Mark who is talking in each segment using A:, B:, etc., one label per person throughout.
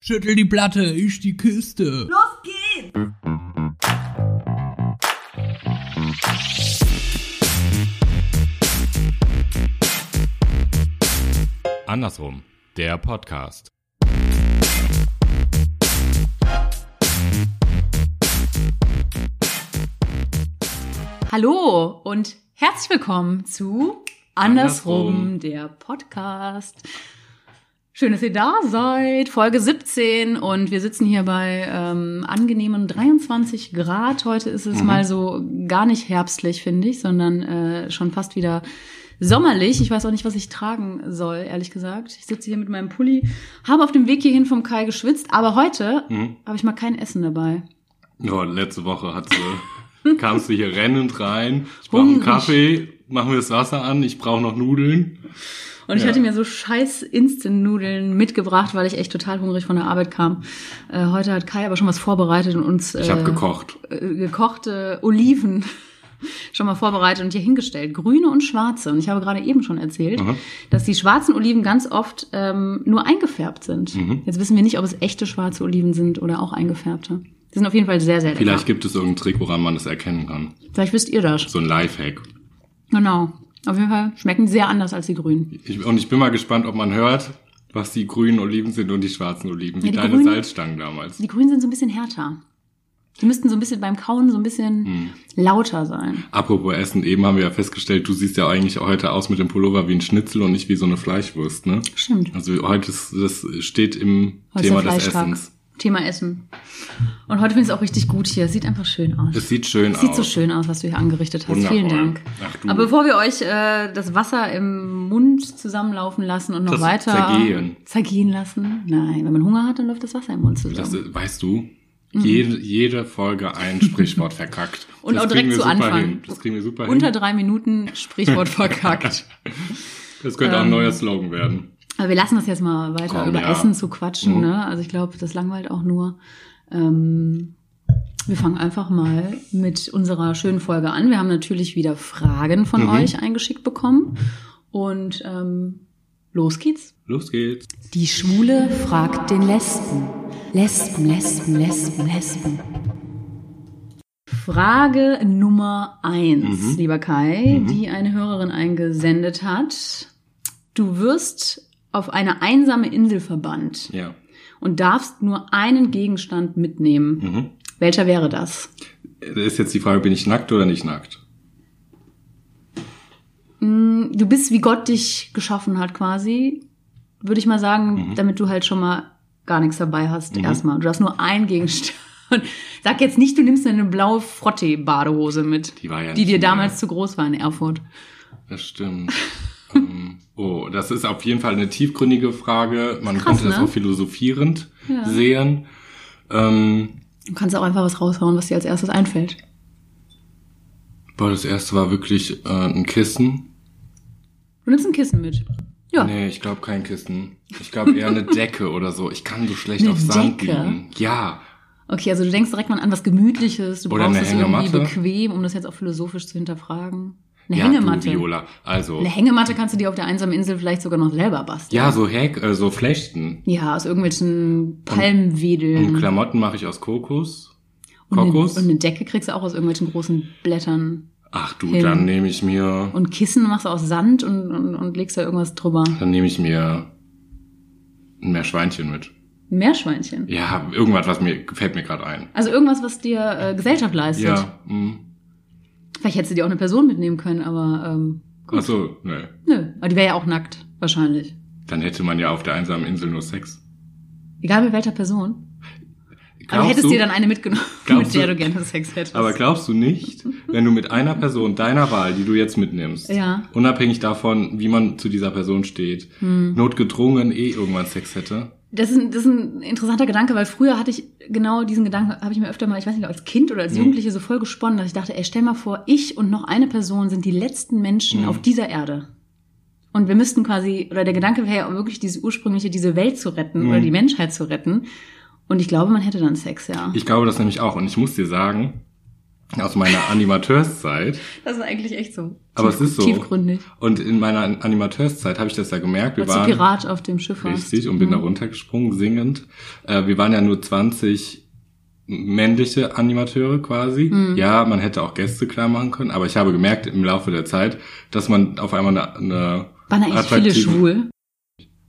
A: Schüttel die Platte, ich die Kiste.
B: Los geht's!
C: Andersrum, der Podcast.
D: Hallo und herzlich willkommen zu Andersrum,
C: Andersrum.
D: der Podcast. Schön, dass ihr da seid. Folge 17 und wir sitzen hier bei ähm, angenehmen 23 Grad. Heute ist es
C: Mhm.
D: mal so gar nicht herbstlich, finde ich, sondern äh, schon fast wieder sommerlich. Ich weiß auch nicht, was ich tragen soll, ehrlich gesagt. Ich sitze hier mit meinem Pulli, habe auf dem Weg hierhin vom Kai geschwitzt, aber heute
C: Hm?
D: habe ich mal kein Essen dabei.
C: Ja, letzte Woche hat sie, kamst du hier rennend rein. Ich brauche einen
D: Hungrig.
C: Kaffee, mach mir das Wasser an, ich brauche noch Nudeln.
D: Und ich
C: Ja.
D: hatte mir so scheiß Instant-Nudeln mitgebracht, weil ich echt total hungrig von der Arbeit kam. Äh, heute hat Kai aber schon was vorbereitet und uns
C: Ich habe gekocht.
D: äh, gekochte Oliven schon mal vorbereitet und hier hingestellt. Grüne und schwarze. Und ich habe gerade eben schon erzählt,
C: Mhm.
D: dass die schwarzen Oliven ganz oft ähm, nur eingefärbt sind.
C: Mhm.
D: Jetzt wissen wir nicht, ob es echte schwarze Oliven sind oder auch eingefärbte. Die sind auf jeden Fall sehr, sehr lecker.
C: Vielleicht gibt es irgendeinen Trick, woran man das erkennen kann.
D: Vielleicht wisst ihr das.
C: So ein Lifehack.
D: Genau. Auf jeden Fall schmecken sehr anders als die grünen.
C: Ich, und ich bin mal gespannt, ob man hört, was die grünen Oliven sind und die schwarzen Oliven, wie
D: Ja, die
C: deine
D: grünen-
C: Salzstangen damals.
D: Die Grünen sind so ein bisschen härter. Die müssten so ein bisschen beim Kauen so ein bisschen
C: Hm.
D: lauter sein.
C: Apropos Essen, eben haben wir ja festgestellt, du siehst ja eigentlich heute aus mit dem Pullover wie ein Schnitzel und nicht wie so eine Fleischwurst, ne?
D: Stimmt.
C: Also heute ist, das steht im
D: Heute
C: Thema
D: ist der
C: des
D: Fleischtag.
C: Essens.
D: Thema Essen. Und heute finde ich es auch richtig gut hier. Es sieht einfach schön aus.
C: Es sieht schön
D: Es sieht
C: aus.
D: so schön aus, was du hier angerichtet hast.
C: Wundervoll.
D: Vielen Dank.
C: Ach du.
D: Aber bevor wir euch äh, das Wasser im Mund zusammenlaufen lassen und noch
C: Das
D: weiter
C: zergehen.
D: zergehen lassen. Nein, wenn man Hunger hat, dann läuft das Wasser im Mund zusammen.
C: Das, ist- weißt du, jede, jede Folge ein Sprichwort verkackt.
D: Mhm. Und
C: das
D: auch
C: kriegen
D: direkt
C: wir
D: zu
C: super
D: Anfang.
C: Hin. Das kriegen wir super
D: Unter
C: hin.
D: drei Minuten Sprichwort verkackt. Ähm.
C: Das könnte auch ein neuer Slogan werden.
D: Aber wir lassen das jetzt mal weiter
C: Komm,
D: über
C: ja.
D: Essen zu quatschen.
C: Mhm.
D: Ne? Also ich glaube, das langweilt auch nur. Ähm, wir fangen einfach mal mit unserer schönen Folge an. Wir haben natürlich wieder Fragen von
C: Mhm.
D: euch eingeschickt bekommen. Und ähm, los geht's.
C: Los geht's.
D: Die Schwule fragt den Lesben. Lesben, Lesben, Lesben, Lesben. Frage Nummer eins,
C: Mhm.
D: lieber Kai,
C: Mhm.
D: die eine Hörerin eingesendet hat. Du wirst auf eine einsame Insel verbannt
C: Ja.
D: und darfst nur einen Gegenstand mitnehmen.
C: Mhm.
D: Welcher wäre das?
C: Da ist jetzt die Frage, bin ich nackt oder nicht nackt?
D: Mm, Du bist, wie Gott dich geschaffen hat, quasi, würde ich mal sagen,
C: Mhm.
D: damit du halt schon mal gar nichts dabei hast,
C: Mhm.
D: erstmal. Du hast nur einen Gegenstand. Sag jetzt nicht, du nimmst eine blaue Frotte-Badehose mit,
C: Die war ja
D: die
C: nicht
D: dir
C: mehr.
D: damals zu groß war in Erfurt.
C: Das stimmt. ähm, oh, das ist auf jeden Fall eine tiefgründige Frage. Man
D: Krass,
C: könnte das
D: ne?
C: auch philosophierend
D: Ja.
C: sehen. Ähm,
D: Du kannst auch einfach was raushauen, was dir als erstes einfällt.
C: boah, das erste war wirklich äh, ein Kissen.
D: Du nimmst ein Kissen mit. Ja.
C: Nee, ich glaube kein Kissen. Ich glaube eher eine Decke oder so. Ich kann so schlecht
D: Eine
C: auf Sand
D: Decke?
C: liegen. Ja,
D: Okay, also du denkst direkt mal an was Gemütliches, du
C: Oder
D: brauchst
C: eine
D: es irgendwie
C: Hängematte.
D: bequem, um das jetzt auch philosophisch zu hinterfragen. Eine
C: ja, Du,
D: Hängematte.
C: Viola. Also,
D: Eine Hängematte kannst du dir auf der einsamen Insel vielleicht sogar noch selber basteln.
C: ja, so Hack, äh, so Flechten.
D: Ja, aus irgendwelchen Palmwedeln.
C: Und Klamotten mache ich aus Kokos.
D: Mhm. Und eine,
C: Kokos.
D: und eine Decke kriegst du auch aus irgendwelchen großen Blättern.
C: Ach du,
D: hin.
C: dann nehme ich mir,
D: Und Kissen machst du aus Sand und, und, und legst da irgendwas drüber.
C: dann nehme ich mir ein Meerschweinchen mit.
D: Ein Meerschweinchen.
C: Ja, irgendwas, was mir gefällt mir gerade ein.
D: Also irgendwas, was dir äh, Gesellschaft leistet.
C: Ja, hm.
D: Vielleicht hättest du dir auch eine Person mitnehmen können, aber ähm,
C: Ach so, ne.
D: nö. Aber die wäre ja auch nackt, wahrscheinlich.
C: Dann hätte man ja auf der einsamen Insel nur Sex.
D: Egal mit welcher Person. Aber
C: Glaubst
D: hättest
C: du-
D: dir dann eine mitgenommen,
C: Glaubst
D: mit der
C: du-
D: du gerne Sex hättest.
C: aber glaubst du nicht, wenn du mit einer Person deiner Wahl, die du jetzt mitnimmst,
D: Ja.
C: unabhängig davon, wie man zu dieser Person steht,
D: Hm.
C: notgedrungen eh irgendwann Sex hätte?
D: Das ist, ein, das ist ein interessanter Gedanke, weil früher hatte ich genau diesen Gedanken, habe ich mir öfter mal, ich weiß nicht, als Kind oder als
C: Mhm.
D: Jugendliche so voll gesponnen, dass ich dachte, ey, stell mal vor, ich und noch eine Person sind die letzten Menschen
C: Mhm.
D: auf dieser Erde. Und wir müssten quasi, oder der Gedanke wäre ja wirklich diese ursprüngliche, diese Welt zu retten
C: Mhm.
D: oder die Menschheit zu retten. Und ich glaube, man hätte dann Sex, ja.
C: Ich glaube das nämlich auch. Und ich muss dir sagen, aus meiner Animateurszeit.
D: Das ist eigentlich echt so.
C: Aber es ist so.
D: Tiefgründig.
C: Und in meiner Animateurszeit habe ich das ja gemerkt. Wir
D: Als du
C: waren
D: Pirat auf dem Schiff warst. Hm. Mhm.
C: richtig und bin da runtergesprungen singend. Äh, wir waren ja nur 20 männliche Animateure quasi.
D: Hm.
C: Ja, man hätte auch Gäste klar machen können, aber ich habe gemerkt im Laufe der Zeit, dass man auf einmal eine, eine
D: Waren eigentlich viele
C: attraktive-
D: schwul?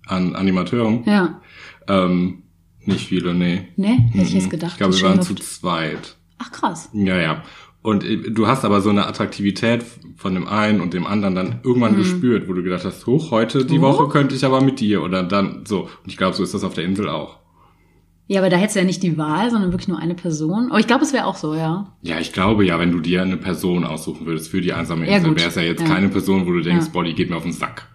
C: an Animateuren,
D: Ja.
C: ähm, nicht viele, nee.
D: Ne? Hätte ich jetzt
C: Mhm.
D: gedacht.
C: Ich glaube,
D: die
C: wir waren zu
D: Schönluft.
C: zweit.
D: Ach krass.
C: Ja, ja. Und äh, du hast aber so eine Attraktivität von dem einen und dem anderen dann irgendwann
D: Mhm.
C: gespürt, wo du gedacht hast, hoch, heute die
D: Hoch?
C: Woche könnte ich aber mit dir oder dann so. Und ich glaube, so ist das auf der Insel auch.
D: Ja, aber da hättest du ja nicht die Wahl, sondern wirklich nur eine Person. Aber ich glaube, es wäre auch so, ja.
C: Ja, ich glaube ja, wenn du dir eine Person aussuchen würdest für die einsame
D: Ja,
C: Insel,
D: gut.
C: wäre es ja jetzt
D: Ja.
C: keine Person, wo du denkst,
D: Ja.
C: boah, die geht mir auf den Sack.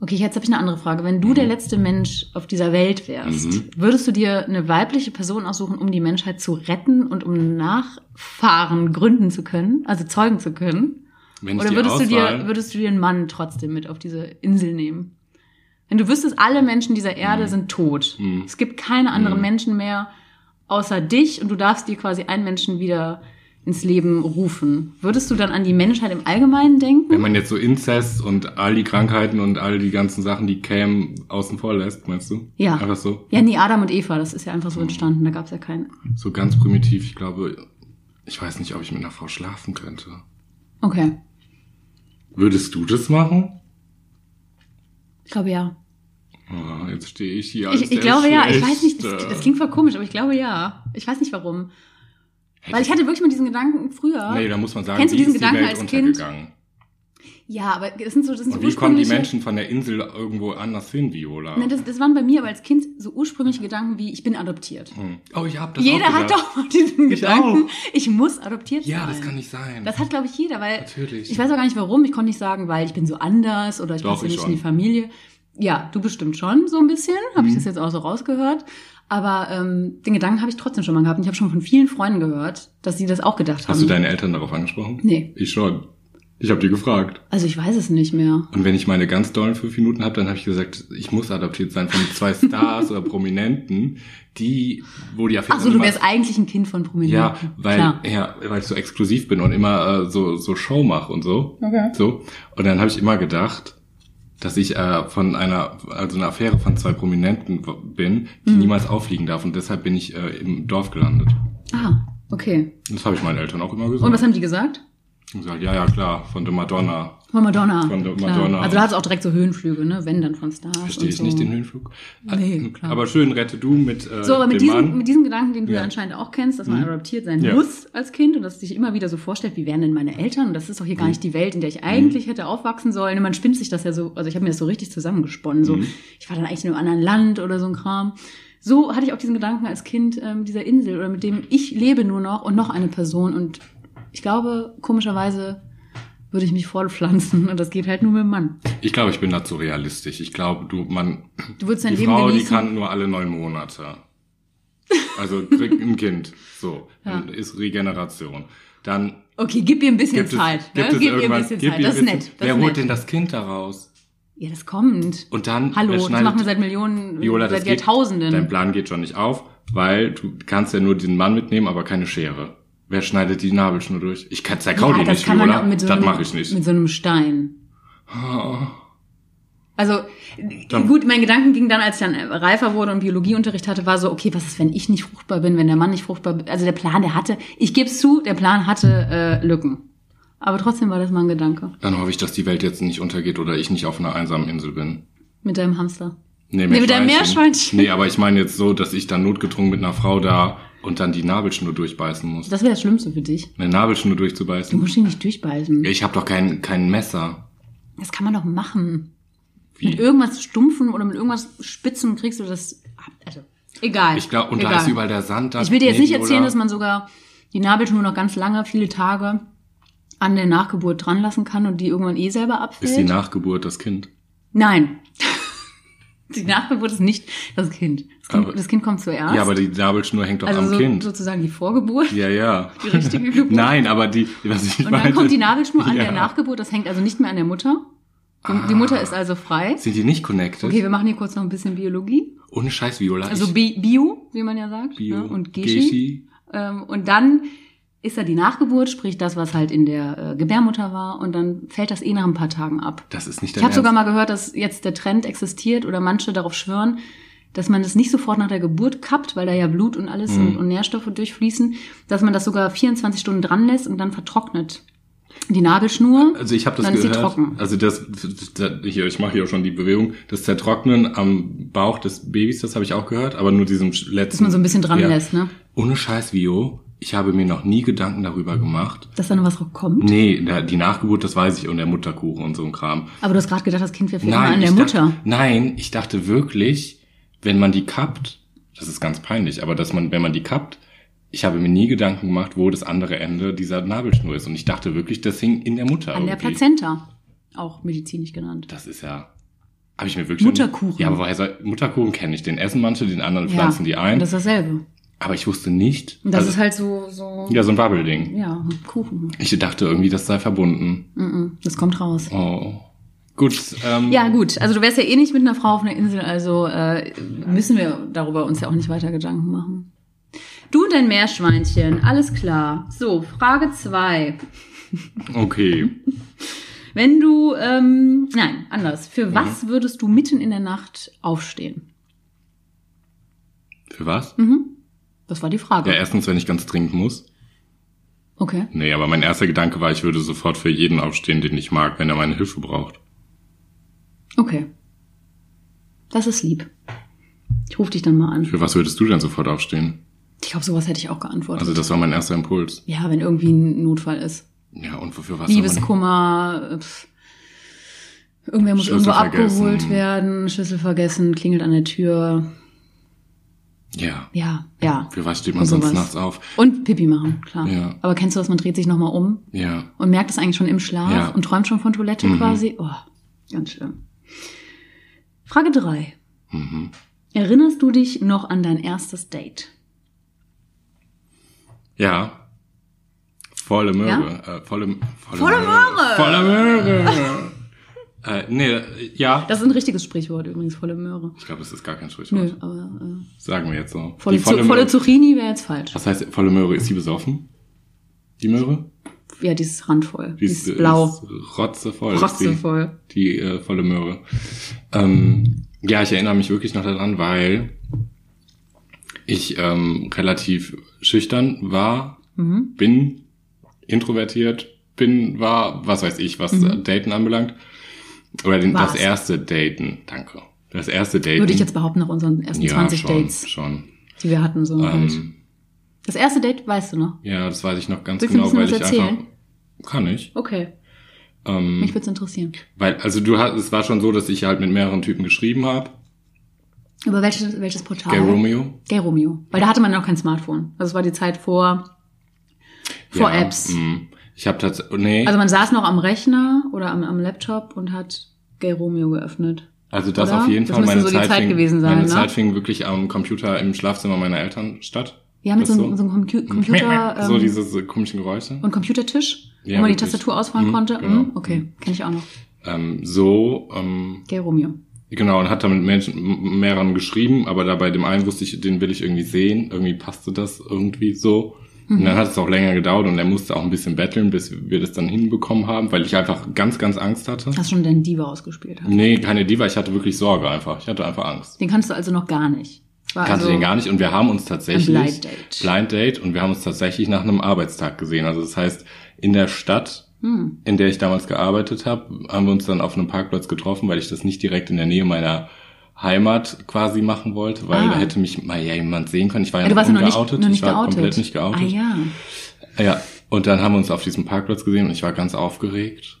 D: Okay, jetzt habe ich eine andere Frage. Wenn du der letzte Mensch auf dieser Welt wärst,
C: Mhm.
D: würdest du dir eine weibliche Person aussuchen, um die Menschheit zu retten und um Nachfahren gründen zu können, also zeugen zu können?
C: Wenn ich
D: Oder
C: die
D: würdest du,
C: Auswahl-
D: dir, würdest du dir einen Mann trotzdem mit auf diese Insel nehmen? Wenn du wüsstest, alle Menschen dieser Erde sind tot.
C: Mhm.
D: Es gibt keine anderen
C: Mhm.
D: Menschen mehr außer dich und du darfst dir quasi einen Menschen wieder ins Leben rufen. Würdest du dann an die Menschheit im Allgemeinen
C: wenn
D: denken?
C: man jetzt so Inzest und all die Krankheiten und all die ganzen Sachen, die kämen, außen vor lässt, meinst du?
D: Ja.
C: Einfach so.
D: Ja, nee, Adam und Eva, das ist ja
C: Hm.
D: einfach so entstanden, da gab es ja keinen.
C: So ganz primitiv, ich glaube, ich weiß nicht, ob ich mit einer Frau schlafen könnte.
D: Okay,
C: Würdest du das machen?
D: ich glaube ja.
C: Ah, jetzt stehe ich hier. als
D: Ich, ich
C: der
D: glaube ja, ich weiß nicht, das,
C: Schlechte.
D: das klingt voll komisch, aber ich glaube ja. Ich weiß nicht warum. Weil ich hatte wirklich mal diesen Gedanken früher.
C: Nee, da muss man sagen,
D: Kennst du
C: wie
D: diesen
C: ist die
D: Gedanken
C: Welt
D: als Kind?
C: untergegangen?
D: Ja, aber das sind so, das sind so
C: Und wie kommen die
D: ursprüngliche-
C: Menschen von der Insel irgendwo anders hin, Viola?
D: Nein, Ne, das, das waren bei mir aber als Kind so ursprüngliche Gedanken wie, ich bin adoptiert.
C: Hm. oh, ich hab Mhm. das
D: jeder
C: auch
D: hat
C: gedacht.
D: doch mal diesen
C: Ich
D: Gedanken,
C: auch.
D: ich muss adoptiert sein.
C: Ja, das kann nicht sein.
D: Das hat, glaube ich, jeder, weil
C: Natürlich.
D: ich weiß auch gar nicht warum. Ich konnte nicht sagen, weil ich bin so anders oder ich
C: Doch,
D: passe
C: ich
D: nicht
C: schon.
D: in die Familie. Ja, du bestimmt schon so ein bisschen, habe
C: Mhm.
D: ich das jetzt auch so rausgehört. Aber ähm, den Gedanken habe ich trotzdem schon mal gehabt. Und ich habe schon von vielen Freunden gehört, dass sie das auch gedacht haben.
C: Hast du deine Eltern darauf angesprochen?
D: Nee.
C: Ich schon. Ich habe die gefragt.
D: also ich weiß es nicht mehr.
C: Und wenn ich meine ganz dollen fünf Minuten habe, dann habe ich gesagt, ich muss adoptiert sein von zwei Stars oder Prominenten, die, wo die auf jeden
D: Ach
C: Fall
D: so, du
C: immer-
D: wärst eigentlich ein Kind von Prominenten.
C: Ja, weil,
D: Klar.
C: ja, weil ich so exklusiv bin und immer äh, so, so Show mache und so.
D: Okay.
C: So. Und dann habe ich immer gedacht, dass ich äh, von einer, also einer Affäre von zwei Prominenten w- bin, die
D: Hm.
C: niemals aufliegen darf. Und deshalb bin ich äh, im Dorf gelandet.
D: Ah, okay.
C: Das habe ich meinen Eltern auch immer gesagt.
D: Und was haben die gesagt?
C: Und gesagt, ja, ja, klar, von der Madonna.
D: Von Madonna.
C: Von der
D: Klar.
C: Madonna.
D: Also da hat es auch direkt so Höhenflüge, ne? Wenn dann von Stars.
C: Verstehe
D: und
C: ich
D: so.
C: nicht den Höhenflug. Ah,
D: Nee, klar.
C: Aber schön, rette du mit äh,
D: So, aber mit
C: dem
D: diesem,
C: Mann.
D: mit diesem Gedanken, den du
C: Ja. Mhm.
D: ja. anscheinend auch kennst, dass man adoptiert sein
C: Ja.
D: muss als Kind und dass es dich immer wieder so vorstellt, wie wären denn meine Eltern? Und das ist doch hier gar
C: Mhm.
D: nicht die Welt, in der ich eigentlich hätte aufwachsen sollen. Und man spinnt sich das ja so, also ich habe mir das so richtig zusammengesponnen.
C: Mhm.
D: So, ich war dann eigentlich in einem anderen Land oder so ein Kram. So hatte ich auch diesen Gedanken als Kind ähm, dieser Insel oder mit dem ich lebe nur noch und noch eine Person. Und ich glaube, komischerweise würde ich mich fortpflanzen und das geht halt nur mit dem Mann.
C: Ich glaube, ich bin dazu realistisch. Ich glaube, du, man,
D: Du würdest dein
C: die
D: Leben
C: Frau,
D: genießen.
C: die kann nur alle neun Monate. Also kriegt ein Kind. So. Dann ist Regeneration. Dann
D: okay, gib ihr ein bisschen
C: gibt es,
D: Zeit.
C: gibt
D: ne?
C: es
D: Gib ihr
C: irgendwann,
D: ein bisschen
C: gib
D: Zeit.
C: ihr
D: Das
C: ein
D: ist
C: bisschen-
D: nett. Das
C: Wer
D: ist
C: holt
D: nett.
C: denn das Kind daraus?
D: Ja, das kommt.
C: Und dann
D: Hallo,
C: wer
D: das
C: schneidet-
D: machen wir seit Millionen,
C: Viola, das
D: seit
C: geht-
D: Jahrtausenden.
C: Dein Plan geht schon nicht auf, weil du kannst ja nur diesen Mann mitnehmen, aber keine Schere. Wer schneidet die Nabelschnur durch? Ich kann zerkau die nicht, Viola.
D: auch mit so
C: das
D: einem-
C: mache ich nicht. Ah.
D: Mit so einem Stein. Also
C: Dann-
D: gut, mein Gedanken ging dann, als ich dann äh, reifer wurde und Biologieunterricht hatte, war so, okay, was ist, wenn ich nicht fruchtbar bin, wenn der Mann nicht fruchtbar bin? Also der Plan, der hatte, ich gebe es zu, der Plan hatte äh, Lücken. Aber trotzdem war das mal ein Gedanke
C: Dann hoffe ich, dass die Welt jetzt nicht untergeht oder ich nicht auf einer einsamen Insel bin.
D: mit deinem Hamster.
C: Nee,
D: mit deinem Meerschweinchen.
C: Nee, aber ich meine jetzt so, dass ich dann notgedrungen mit einer Frau da und dann die Nabelschnur durchbeißen muss.
D: Das wäre das Schlimmste für dich.
C: Eine Nabelschnur
D: Du
C: durchzubeißen.
D: musst ihn nicht durchbeißen.
C: Ich habe doch kein, kein Messer.
D: Das kann man doch machen. Mit
C: Wie?
D: irgendwas Stumpfen oder mit irgendwas Spitzem kriegst du das. Also, egal.
C: Ich glaube, und
D: egal.
C: da ist überall der Sand. Da
D: Ich will dir jetzt
C: neben,
D: nicht erzählen,
C: oder?
D: dass man sogar die Nabelschnur noch ganz lange, viele Tage an der Nachgeburt dran lassen kann und die irgendwann eh selber abfällt.
C: Ist die Nachgeburt das Kind?
D: Nein. die Nachgeburt ist nicht das Kind. Das Kind,
C: Aber-
D: das kind kommt zuerst.
C: Ja, aber die Nabelschnur hängt doch
D: also
C: am
D: so,
C: Kind.
D: sozusagen die Vorgeburt.
C: ja, ja.
D: Die richtige Geburt.
C: Nein, aber die, was ich
D: Und
C: meinte,
D: dann kommt die Nabelschnur an
C: Ja. Ah.
D: der Nachgeburt, das hängt also nicht mehr an der Mutter. Die, die Mutter ist also frei.
C: Sind die nicht connected?
D: Okay, wir machen hier kurz noch ein bisschen Biologie.
C: Ohne Scheiß, Viola.
D: Also
C: ich,
D: Bi Bio, wie man ja sagt.
C: Bio,
D: ne? Und Geschi.
C: Geschi.
D: Ähm, und dann ist da die Nachgeburt, sprich das, was halt in der äh, Gebärmutter war, und dann fällt das eh nach ein paar Tagen ab.
C: Das ist nicht
D: Ich
C: dein
D: habe
C: Ernst.
D: sogar mal gehört, dass jetzt der Trend existiert oder manche darauf schwören, dass man das nicht sofort nach der Geburt kappt, weil da ja Blut und alles
C: Mhm.
D: und, und Nährstoffe durchfließen, dass man das sogar 24 Stunden dran lässt und dann vertrocknet die Nabelschnur.
C: also ich habe das
D: dann ist sie
C: gehört.
D: trocken.
C: Also das, das hier, ich mache hier auch schon die Bewegung, das Zertrocknen am Bauch des Babys, das habe ich auch gehört, aber nur diesem sch- letzten.
D: dass man so ein bisschen dran
C: Ja.
D: lässt, ne?
C: Ohne Scheiß, Vio, ich habe mir noch nie Gedanken darüber gemacht.
D: Dass da noch was kommt.
C: Nee, da- die Nachgeburt, das weiß ich, und der Mutterkuchen und so ein Kram.
D: Aber du hast gerade gedacht, das Kind wäre für immer
C: Nein,
D: an der
C: ich
D: Mutter.
C: Dachte, nein, ich dachte wirklich, wenn man die kappt, das ist ganz peinlich, aber dass man, wenn man die kappt, ich habe mir nie Gedanken gemacht, wo das andere Ende dieser Nabelschnur ist. Und ich dachte wirklich, das hing in der Mutter.
D: an
C: Äh,
D: der
C: irgendwie.
D: Plazenta. Auch medizinisch genannt.
C: Das ist ja. Habe ich mir wirklich. noch nie-
D: Mutterkuchen.
C: Ja, aber woher soll. Mutterkuchen kenne ich. Den essen manche, den anderen
D: Ja,
C: pflanzen die ein.
D: Das ist dasselbe.
C: aber ich wusste nicht.
D: Und das
C: also-
D: ist halt so, so, ja,
C: ja, so ein Babbelding.
D: Kuchen.
C: Ich dachte irgendwie, das sei verbunden.
D: Mhm, Das kommt raus.
C: Oh. Gut. Ähm,
D: Ja, gut. Also du wärst ja eh nicht mit einer Frau auf einer Insel, also äh, müssen wir darüber uns ja auch nicht weiter Gedanken machen. Du und dein Meerschweinchen, alles klar. So, Frage zwei.
C: Okay.
D: Wenn du, ähm, nein, anders. Für
C: Mhm.
D: was würdest du mitten in der Nacht aufstehen?
C: Für was?
D: Mhm. Das war die
C: Ja,
D: Frage.
C: erstens, wenn ich ganz dringend muss.
D: Okay.
C: Nee, aber mein erster Gedanke war, ich würde sofort für jeden aufstehen, den ich mag, wenn er meine Hilfe braucht.
D: Okay. Das ist lieb. Ich rufe dich dann mal an.
C: Für was würdest du denn sofort aufstehen?
D: Ich glaube, sowas hätte ich auch geantwortet.
C: Also das war mein erster Impuls.
D: ja, wenn irgendwie ein Notfall ist.
C: Ja, und wofür was? soll man-
D: Liebeskummer, äh, pf. irgendwer muss
C: Schlüssel
D: irgendwo
C: vergessen.
D: abgeholt werden, Schlüssel vergessen, klingelt an der Tür.
C: Ja.
D: Ja, ja.
C: Für was steht man
D: Und
C: sonst
D: sowas.
C: nachts auf?
D: Und Pipi machen, klar.
C: Ja.
D: Aber kennst du das, man dreht sich nochmal um
C: Ja.
D: und merkt es eigentlich schon im Schlaf
C: Ja.
D: und träumt schon von Toilette
C: Mhm.
D: quasi? Oh, ganz schlimm. Frage drei.
C: Mhm.
D: Erinnerst du dich noch an dein erstes Date?
C: Ja. Volle Möhre. Äh, volle, volle,
D: Volle Möhre!
C: Volle Möhre! äh, nee, ja.
D: Das ist ein richtiges Sprichwort übrigens, volle Möhre.
C: ich glaube, es ist gar kein Sprichwort.
D: Nö, aber äh,
C: Sagen wir jetzt so. Die
D: volle, volle, volle
C: Möhre-
D: Zucchini wäre jetzt falsch.
C: Was heißt volle Möhre? Ist sie besoffen? Die Möhre?
D: Ja, die ist randvoll. Die ist
C: äh,
D: blau.
C: Ist rotzevoll. ist sie.
D: Rotzevoll.
C: Die äh, volle Möhre. Ähm, ja, ich erinnere mich wirklich noch daran, weil ich ähm, relativ schüchtern war,
D: Mhm.
C: bin introvertiert, bin, war, was weiß ich, was
D: Mhm.
C: äh, Daten anbelangt. Oder den, das
D: Warst.
C: erste Daten, danke. Das erste Daten.
D: Würde ich jetzt behaupten, nach unseren ersten
C: ja,
D: 20
C: schon,
D: Dates,
C: schon.
D: die wir hatten. So halt.
C: Ähm,
D: Das erste Date weißt du noch.
C: ja, das weiß ich noch ganz
D: Willst du ein
C: genau,
D: bisschen
C: weil
D: was
C: ich einfach.
D: erzählen?
C: Kann ich.
D: Okay,
C: Ähm,
D: mich würde es interessieren.
C: Weil, also du hast, es war schon so, dass ich halt mit mehreren Typen geschrieben habe.
D: Über welches, welches Portal?
C: Gay Romeo.
D: Gay Romeo. Weil da hatte man noch kein Smartphone. Also es war die Zeit vor, vor
C: Ja,
D: Apps.
C: mm. Ich habe tatsächlich, nee,
D: Also
C: also,
D: man saß noch am Rechner oder am, am Laptop und hat Gay Romeo geöffnet.
C: also das
D: oder?
C: auf jeden
D: Das
C: Fall.
D: müsste
C: Meine
D: so die Zeit
C: fing,
D: gewesen sein,
C: Meine
D: ne?
C: Zeit fing wirklich am Computer im Schlafzimmer meiner Eltern statt.
D: Ja, mit
C: Das
D: so, einem- so einem Compu- Computer ähm,
C: so diese so komischen Geräusche.
D: und Computertisch,
C: Ja,
D: wo man die
C: wirklich.
D: Tastatur ausfahren
C: Mhm,
D: konnte.
C: genau.
D: Mhm, okay, kenne ich auch noch.
C: Ähm, so, ähm,
D: Gay Romeo.
C: genau, und hat dann mit Menschen, m- mehreren geschrieben, aber da bei dem einen wusste ich, den will ich irgendwie sehen. Irgendwie passte das irgendwie so. Und
D: Mhm.
C: dann hat es auch länger gedauert und er musste auch ein bisschen betteln, bis wir das dann hinbekommen haben, weil ich einfach ganz, ganz Angst hatte.
D: Hast schon deinen Diva ausgespielt. Halt.
C: Nee, keine Diva, ich hatte wirklich Sorge einfach. Ich hatte einfach Angst.
D: Den kannst du also noch gar nicht. Es war
C: Kannte
D: also-
C: den gar nicht und wir haben uns tatsächlich
D: Ein Blind Date.
C: Blind Date und wir haben uns tatsächlich nach einem Arbeitstag gesehen. Also das heißt, in der Stadt,
D: Hm.
C: in der ich damals gearbeitet habe, haben wir uns dann auf einem Parkplatz getroffen, weil ich das nicht direkt in der Nähe meiner Heimat quasi machen wollte, weil
D: Ah.
C: da hätte mich mal ja jemand sehen können. Ich war ja,
D: Ja, du warst ja
C: noch
D: noch nicht,
C: ungeoutet,
D: noch nicht
C: ich war
D: geoutet.
C: komplett nicht geoutet. Ah,
D: Ah ja.
C: Ja, und dann haben wir uns auf diesem Parkplatz gesehen und ich war ganz aufgeregt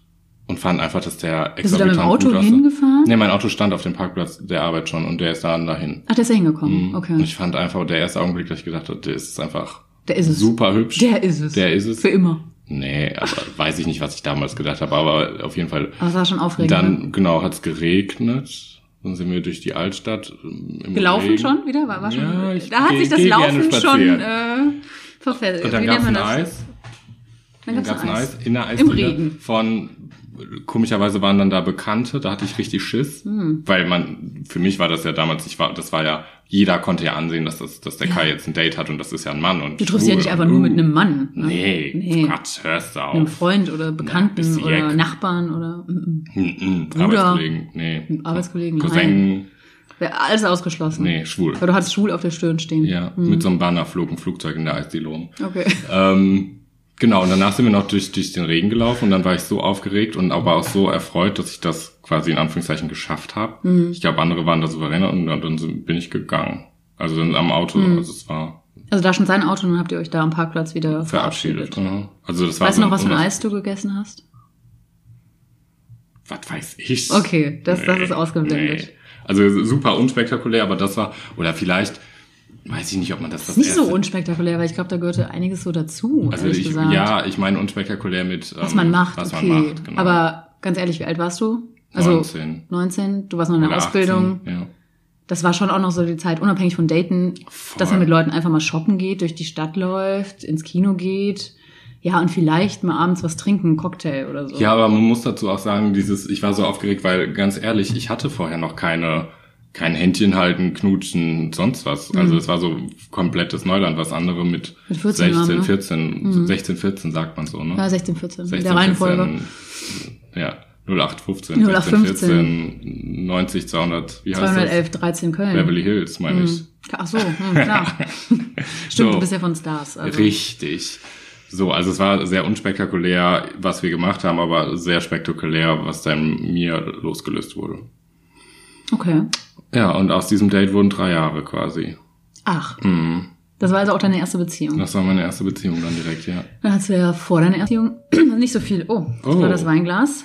C: und fand einfach, dass der
D: Bist du da mit dem
C: exorbitant gut
D: Auto
C: aussah.
D: hingefahren?
C: Nee, mein Auto stand auf dem Parkplatz der Arbeit schon und der ist dann dahin.
D: Ach, der ist ja hingekommen.
C: Mhm. Und
D: Okay.
C: ich fand einfach, der erste Augenblick, dass ich gedacht habe, der ist einfach
D: Der ist es.
C: super hübsch.
D: Der ist es.
C: Der ist es.
D: Für immer.
C: Nee, aber weiß ich nicht, was ich damals gedacht habe, aber auf jeden Fall.
D: Aber es war schon aufregend. ne?
C: Dann, genau, hat's geregnet. Dann sind wir durch die Altstadt. ähm, Im
D: Gelaufen
C: Regen.
D: schon wieder? War, war schon,
C: Ja, ich
D: da hat
C: geh-
D: sich das
C: geh gerne
D: Laufen schon
C: spazieren.
D: äh, verfällt.
C: Und dann
D: Wie nennt
C: gab's
D: man
C: ein
D: das?
C: Eis.
D: Dann gab's ein Eis.
C: in der
D: Im
C: Eisdiele
D: Regen.
C: von komischerweise waren dann da Bekannte, da hatte ich richtig Schiss,
D: Hm.
C: weil man, für mich war das ja damals, ich war, das war ja, jeder konnte ja ansehen, dass das, dass der Kai jetzt ein Date hat und das ist ja ein Mann und
D: Du triffst ja
C: schwul
D: nicht
C: und,
D: einfach nur mit
C: uh,
D: einem Mann. Ne?
C: Nee,
D: nee.
C: Gott, hörst du
D: Einem
C: auf.
D: Freund oder Bekannten
C: bist du
D: oder
C: Jack.
D: Nachbarn oder mm,
C: Mhm,
D: Bruder.
C: Arbeitskollegen, nee.
D: mm, Arbeitskollegen. Nein.
C: Cousin,
D: Wäre alles ausgeschlossen.
C: nee, schwul.
D: Weil du hattest schwul auf der Stirn stehen.
C: Ja, mit so einem Banner flog ein Flugzeug in der Eisdiele rum.
D: Okay.
C: Ähm, genau, und danach sind wir noch durch, durch den Regen gelaufen und dann war ich so aufgeregt und aber auch so erfreut, dass ich das quasi in Anführungszeichen geschafft habe.
D: Mhm.
C: Ich glaube, andere waren da souveräner und dann, dann sind- bin ich gegangen. Also dann am Auto,
D: Mhm.
C: also es war
D: Also da schon sein Auto und dann habt ihr euch da am Parkplatz wieder
C: verabschiedet.
D: verabschiedet.
C: Mhm. Also das war
D: Weißt
C: so
D: du noch, was für ein
C: Unwahr-
D: Eis du gegessen hast?
C: Was weiß ich?
D: Okay, das- das ist ausgeblendet.
C: Also super unspektakulär, aber das war, oder vielleicht, weiß ich nicht, ob man das das
D: Nicht so
C: erste-
D: unspektakulär, weil ich glaube, da gehörte einiges so dazu,
C: Also
D: ehrlich
C: ich,
D: gesagt.
C: ja, ich meine unspektakulär mit,
D: was
C: ähm,
D: man macht,
C: was
D: okay.
C: man macht, genau.
D: Aber ganz ehrlich, wie alt warst du? Also
C: 19.
D: 19, du warst noch in der
C: Oder 18,
D: Ausbildung.
C: ja.
D: Das war schon auch noch so die Zeit, unabhängig von Daten,
C: Voll.
D: dass man mit Leuten einfach mal shoppen geht, durch die Stadt läuft, ins Kino geht. Ja, und vielleicht mal abends was trinken, einen Cocktail oder so.
C: Ja, aber man muss dazu auch sagen, dieses, ich war so aufgeregt, weil ganz ehrlich, ich hatte vorher noch keine, kein Händchen halten, knutschen, sonst was. Also es war so komplettes Neuland, was andere mit,
D: Mhm. Mit 14 waren,
C: 16,
D: ne?
C: 14, 16, 14 sagt man so, ne?
D: Ja, 16, 14.
C: 16,
D: in der Reihenfolge.
C: 14, ja, 08, 15, 08, 16, 14, 90, 200, wie heißt
D: 211, 13 Köln.
C: das? Beverly Hills, meine ich.
D: Ach so, hm, klar. Mhm. Stimmt,
C: So.
D: du bist ja von Stars. Also.
C: Richtig. So, also es war sehr unspektakulär, was wir gemacht haben, aber sehr spektakulär, was dann mir losgelöst wurde.
D: Okay.
C: Ja, und aus diesem Date wurden drei Jahre quasi. Mhm.
D: Ach. Das war also auch deine erste Beziehung.
C: Das war meine erste Beziehung dann direkt, ja.
D: Dann hast du ja vor deiner ersten Beziehung nicht so viel. Oh, das
C: Oh.
D: war das Weinglas.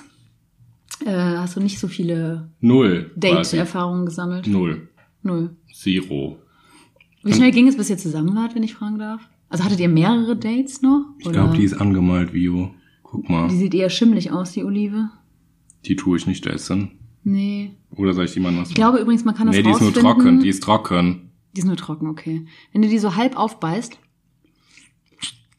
D: Äh, hast du nicht so viele
C: Null. quasi. Hm.
D: Date-Erfahrungen gesammelt?
C: Null.
D: Null.
C: Zero.
D: Wie schnell ging es, bis ihr zusammen wart, wenn ich fragen darf? Also hattet ihr mehrere Dates noch?
C: Ich glaube, die ist angemalt, Vio. Guck
D: Die
C: mal.
D: sieht eher schimmelig aus, die Olive.
C: Die tue ich nicht essen.
D: Nee.
C: Oder soll ich die mal nass
D: Ich glaube übrigens, man kann das
C: Nee, die ist nur
D: rausfinden.
C: trocken. Die ist trocken.
D: Die ist nur trocken, okay. Wenn du die so halb aufbeißt,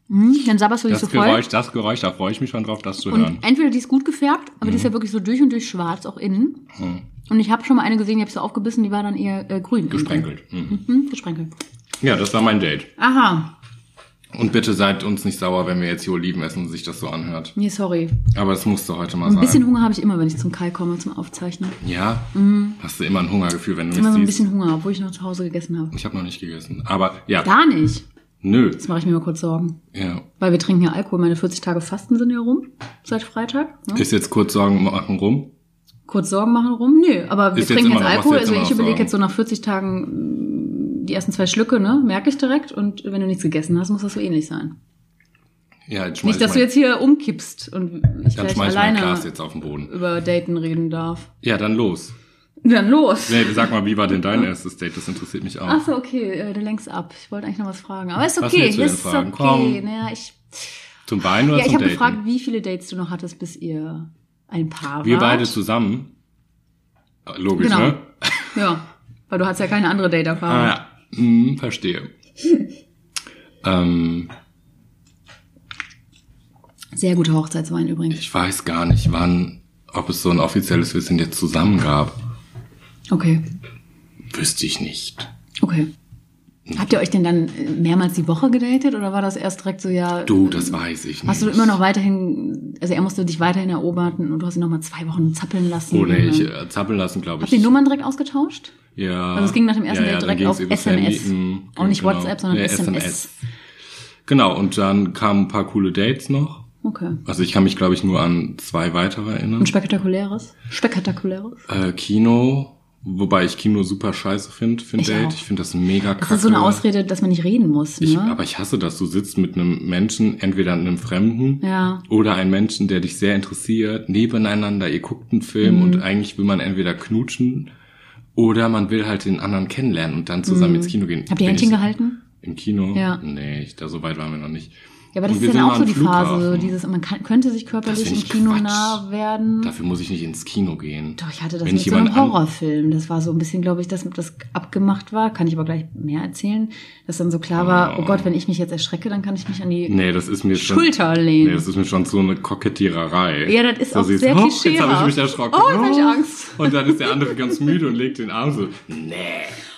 D: hm, dann sabberst du dich
C: Das
D: so voll.
C: Geräusch, das Geräusch, da freue ich mich schon drauf, das zu hören. Mhm.
D: Und entweder die ist gut gefärbt, aber die ist ja wirklich so durch und durch schwarz, auch innen.
C: Hm.
D: Und ich habe schon mal eine gesehen, die habe ich so aufgebissen, die war dann eher äh, grün.
C: Gesprenkelt. Mhm.
D: Hm, gesprenkelt.
C: Ja, das war mein Date.
D: Aha.
C: Und bitte seid uns nicht sauer, wenn wir jetzt hier Oliven essen und sich das so anhört.
D: Nee, sorry.
C: Aber das musste heute mal
D: Ein bisschen
C: sein.
D: Hunger habe ich immer, wenn ich zum Kai komme, zum Aufzeichnen.
C: Ja? Hast du immer ein Hungergefühl, wenn du
D: Mhm. Immer so ein
C: mich siehst?
D: bisschen Hunger, obwohl ich noch zu Hause gegessen habe.
C: Ich habe noch nicht gegessen. Aber ja,
D: Gar nicht.
C: nö.
D: Jetzt mache ich mir mal kurz Sorgen.
C: Ja.
D: Weil wir trinken ja Alkohol. Meine 40 Tage Fasten sind ja rum. Seit Freitag. Ne?
C: Ist jetzt kurz Sorgen machen rum.
D: Kurz Sorgen machen rum? Nee, aber wir
C: Ist jetzt
D: trinken
C: immer
D: jetzt
C: noch- was
D: Alkohol.
C: jetzt
D: also
C: immer
D: ich
C: noch
D: überlege
C: Sorgen?
D: jetzt so nach 40 Tagen mh, die ersten zwei Schlücke, ne? Merke ich direkt. Und wenn du nichts gegessen hast, muss das so ähnlich sein.
C: Ja, jetzt schmeiß
D: Nicht, dass
C: mein,
D: du jetzt hier umkippst und ich
C: dann
D: vielleicht
C: schmeiß mein
D: alleine
C: Glas jetzt auf den Boden.
D: über Daten reden darf.
C: Ja, dann los.
D: Dann los.
C: Nee, sag mal, wie war denn dein erstes Date? Das interessiert mich auch.
D: Ach so, okay, äh, du lenkst ab. Ich wollte eigentlich noch was fragen. Aber ist
C: Was
D: okay,
C: willst du denn
D: ist
C: fragen?
D: okay.
C: Komm.
D: Naja, ich,
C: Zum Wein oder
D: ja, ich
C: zum
D: habe
C: Daten?
D: gefragt, wie viele Dates du noch hattest, bis ihr ein Paar wart.
C: wir beide zusammen. Äh, Logisch,
D: Genau.
C: ne?
D: Ja, weil du hast ja keine andere Date-Erfahrung.
C: Ah ja, hm, verstehe. ähm,
D: Sehr guter Hochzeitswein übrigens.
C: ich weiß gar nicht, wann, ob es so ein offizielles Wir sind jetzt zusammen gab.
D: Okay,
C: Wüsste ich nicht.
D: okay. Habt ihr euch denn dann äh, mehrmals die Woche gedatet oder war das erst direkt so, ja,
C: Du, das weiß ich nicht.
D: hast du immer noch weiterhin, also er musste dich weiterhin erobern und du hast ihn nochmal zwei Wochen zappeln lassen?
C: Oh nee, ich
D: Habt
C: äh, zappeln lassen, glaube ich.
D: ihr Mhm. die Nummern direkt ausgetauscht?
C: Ja.
D: Also es ging nach dem ersten
C: ja, ja,
D: Date
C: dann
D: direkt auf
C: ging's übers
D: SMS.
C: Handy. Mhm,
D: Auch nicht
C: genau.
D: WhatsApp, sondern
C: Ja,
D: SMS.
C: Genau, und dann kamen ein paar coole Dates noch.
D: Okay.
C: Also ich kann mich, glaube ich, nur an zwei weitere erinnern.
D: Und spektakuläres? Spektakuläres?
C: Äh, Kino, wobei ich Kino super scheiße finde, für ein
D: Ich
C: Date.
D: auch.
C: Ich finde das mega
D: Das
C: kacke.
D: ist so eine Ausrede, dass man nicht reden muss, ne?
C: Ich, aber ich hasse das. Du sitzt mit einem Menschen, entweder einem Fremden
D: Ja.
C: oder einem Menschen, der dich sehr interessiert, nebeneinander. Ihr guckt einen Film
D: Mhm.
C: und eigentlich will man entweder knutschen oder man will halt den anderen
D: Mhm.
C: kennenlernen und dann zusammen ins Kino gehen.
D: Habt ihr
C: Bin ich-
D: Händchen gehalten?
C: Im Kino?
D: Ja.
C: Nee, ich, da so weit waren wir noch nicht.
D: Ja, aber das
C: Und
D: ist
C: wir sind
D: dann auch
C: mal
D: so
C: am
D: die Phase, so
C: Flughafen.
D: dieses, ne? man kann, könnte sich
C: Das
D: körperlich im
C: find ich
D: Kino
C: Quatsch.
D: nah werden.
C: Dafür muss ich nicht ins Kino gehen.
D: Doch, ich hatte das
C: Wenn
D: mit
C: ich
D: so einem
C: jemanden an-
D: Horrorfilm. Das war so ein bisschen, glaube ich, dass das abgemacht war. Kann ich aber gleich mehr erzählen. Dass dann so klar war, oh
C: Oh.
D: Gott, wenn ich mich jetzt erschrecke, dann kann ich mich an die
C: Nee, das ist mir schon.
D: Schulter lehnen.
C: Nee, das ist mir schon so eine Kokettiererei.
D: Ja, das ist
C: So
D: auch
C: siehst
D: sehr
C: du, Jetzt
D: klischeehaft.
C: habe ich mich erschrocken.
D: Oh, jetzt hab ich Angst.
C: Und dann ist der andere ganz müde und legt den Arm so. Nee,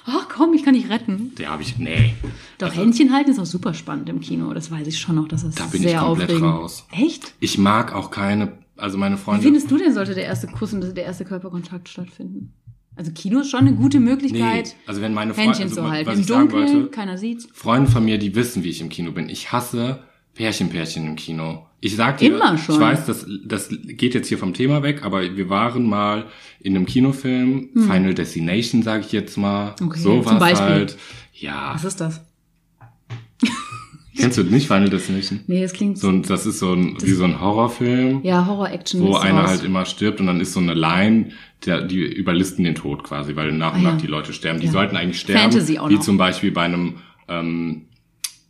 D: Ach komm, ich kann dich retten.
C: der habe ich. Nee.
D: Doch
C: Also,
D: Händchen halten ist auch super spannend im Kino. Das weiß ich schon noch. Das ist
C: Da bin ich
D: sehr
C: komplett
D: aufregend.
C: raus.
D: Echt?
C: Ich mag auch keine. Also meine
D: Wie
C: Freunde.
D: findest du denn, sollte der erste Kuss und der erste Körperkontakt stattfinden? Also Kino ist schon eine gute Möglichkeit,
C: also wenn meine Freunde.
D: Händchen
C: Also,
D: zu halten.
C: was
D: Im
C: ich sagen
D: Dunkeln,
C: wollte,
D: keiner sieht.
C: Freunde von mir, die wissen, wie ich im Kino bin. Ich hasse Pärchen, Pärchen im Kino. Ich sag dir,
D: Immer schon.
C: ich weiß, das, das geht jetzt hier vom Thema weg, aber wir waren mal in einem Kinofilm, Final Destination, sage ich jetzt mal.
D: Hm. Okay,
C: so
D: zum
C: war's
D: Beispiel.
C: halt. Ja.
D: Was ist das?
C: Kennst du nicht Final Destination?
D: Nee, das klingt
C: So
D: so.
C: ein, das ist so ein, wie so ein Horrorfilm,
D: Ja, Horror-Action
C: wo
D: ist
C: einer
D: raus.
C: halt immer stirbt und dann ist so eine Line, der, die überlisten den Tod quasi, weil nach und
D: Ah,
C: nach
D: ja.
C: die Leute sterben. Die
D: Ja.
C: sollten eigentlich sterben.
D: Fantasy auch
C: wie
D: noch.
C: zum Beispiel bei einem ähm,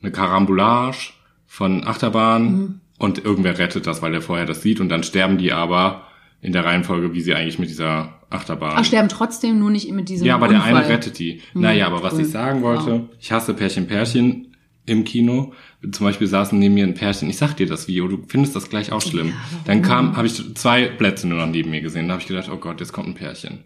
C: eine Karambolage von Achterbahn
D: Mhm.
C: und irgendwer rettet das, weil der vorher das sieht und dann sterben die aber in der Reihenfolge, wie sie eigentlich mit dieser Achterbahn.
D: Ach, sterben trotzdem, nur nicht mit diesem
C: Ja, aber der
D: Unfall. Hm,
C: eine rettet die. Naja, aber was
D: cool.
C: ich sagen wollte, ich hasse Pärchen, Pärchen im Kino. Zum Beispiel saßen neben mir ein Pärchen. Ich sag dir das Video, du findest das gleich auch schlimm. Dann kam, habe ich zwei Plätze nur noch neben mir gesehen. Da habe ich gedacht, oh Gott, jetzt kommt ein Pärchen.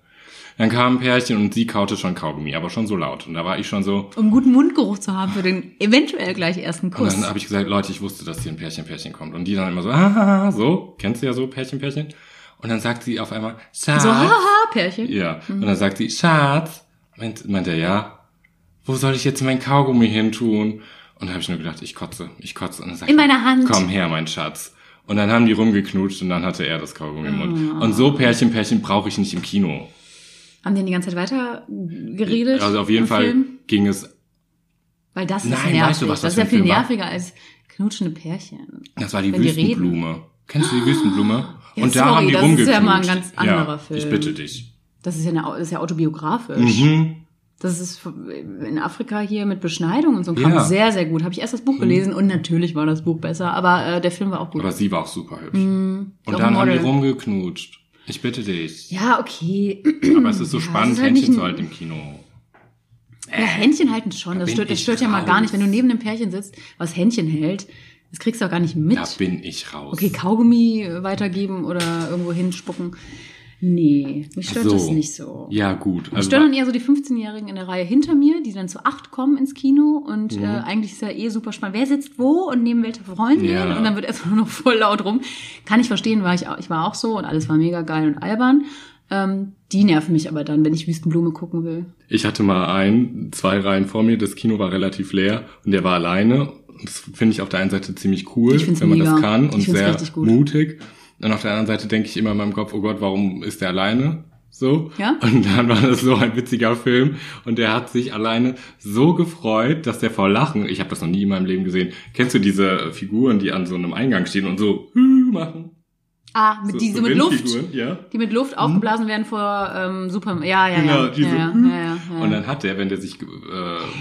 C: Dann kam ein Pärchen und sie kaute schon Kaugummi, aber schon so laut. Und da war ich schon so.
D: Um guten Mundgeruch zu haben für den eventuell gleich ersten
C: Und
D: Kuss.
C: dann habe ich gesagt, Leute, ich wusste, dass hier ein Pärchen, Pärchen kommt. Und die dann immer so, ah, so, kennst du ja so, Pärchen, Pärchen. Und dann sagt sie auf einmal, Schatz.
D: so, haha, Pärchen.
C: Ja. Und dann sagt sie, Schatz. Meint, meint er, ja. Wo soll ich jetzt mein Kaugummi hin tun? Und da habe ich nur gedacht, ich kotze, ich kotze. Und dann sagt
D: In
C: er,
D: meiner Hand.
C: Komm her, mein Schatz. Und dann haben die rumgeknutscht und dann hatte er das Kaugummi im Mund.
D: Ah.
C: Und so Pärchen, Pärchen brauche ich nicht im Kino.
D: Haben die denn die ganze Zeit weiter geredet?
C: Also auf jeden
D: im
C: Fall
D: Film?
C: ging es,
D: Weil das ist
C: Nein,
D: nervig.
C: weißt du, was das
D: das ist ja
C: für
D: viel
C: ein Film war?
D: nerviger als knutschende Pärchen.
C: das war die
D: Wenn die reden.
C: Wüstenblume. Kennst du die Wüstenblume?
D: Ja,
C: und da
D: sorry,
C: haben die
D: das
C: rumgeknutscht.
D: ist ja mal ein ganz anderer
C: ja,
D: Film.
C: Ich bitte dich.
D: Das ist ja, eine, Au- das ist ja autobiografisch.
C: Mhm.
D: Das ist in Afrika hier mit Beschneidung und so kam
C: Ja. Hm.
D: sehr, sehr gut. Habe ich erst das Buch gelesen und natürlich war das Buch besser, aber äh, der Film war auch gut.
C: Aber sie war auch super hübsch.
D: Auch
C: Und
D: ein
C: dann haben die
D: Model.
C: rumgeknutscht. Ich bitte dich.
D: Ja, okay.
C: Aber es ist so
D: Ja,
C: spannend,
D: es ist
C: Händchen
D: halt nicht
C: zu
D: ein-
C: halten im Kino.
D: Ja, Händchen halten schon. Das
C: bin
D: stört, das
C: ich
D: stört ja mal gar
C: raus.
D: nicht. Wenn du neben einem Pärchen sitzt, was Händchen hält, das kriegst du auch gar nicht mit.
C: Da bin ich raus.
D: Okay, Kaugummi äh, weitergeben oder irgendwo hinspucken. Nee, mich stört
C: So.
D: das nicht so.
C: Ja, gut.
D: Mich
C: Also,
D: stören dann eher so die 15-Jährigen in der Reihe hinter mir, die dann zu acht kommen ins Kino und
C: Mhm.
D: äh, eigentlich ist ja eh super spannend. Wer sitzt wo und neben welcher Freundin?
C: Ja.
D: Und dann wird erstmal nur noch voll laut rum. Kann ich verstehen, war ich, auch, ich war auch so und alles war mega geil und albern. Ähm, die nerven mich aber dann, wenn ich Wüstenblume gucken will.
C: ich hatte mal ein, zwei Reihen vor mir, das Kino war relativ leer und der war alleine. Das finde ich auf der einen Seite ziemlich cool,
D: Ich find's
C: wenn man
D: mega.
C: das kann und
D: Ich find's
C: sehr
D: richtig gut.
C: mutig. Und auf der anderen Seite denke ich immer in meinem Kopf, oh Gott, warum ist der alleine? So.
D: Ja.
C: Und dann war das so ein witziger Film und der hat sich alleine so gefreut, dass der vor Lachen, ich habe das noch nie in meinem Leben gesehen, kennst du diese Figuren, die an so einem Eingang stehen und so "Hü" machen?
D: Ah, mit,
C: So-
D: die,
C: so
D: so mit Luft.
C: Windfiguren, Ja.
D: Die mit Luft aufgeblasen werden vor ähm, Super. Ja, ja,
C: Genau,
D: ja.
C: diese,
D: ja, ja,
C: hm.
D: ja, ja, ja.
C: Und dann hat er, wenn der sich, äh,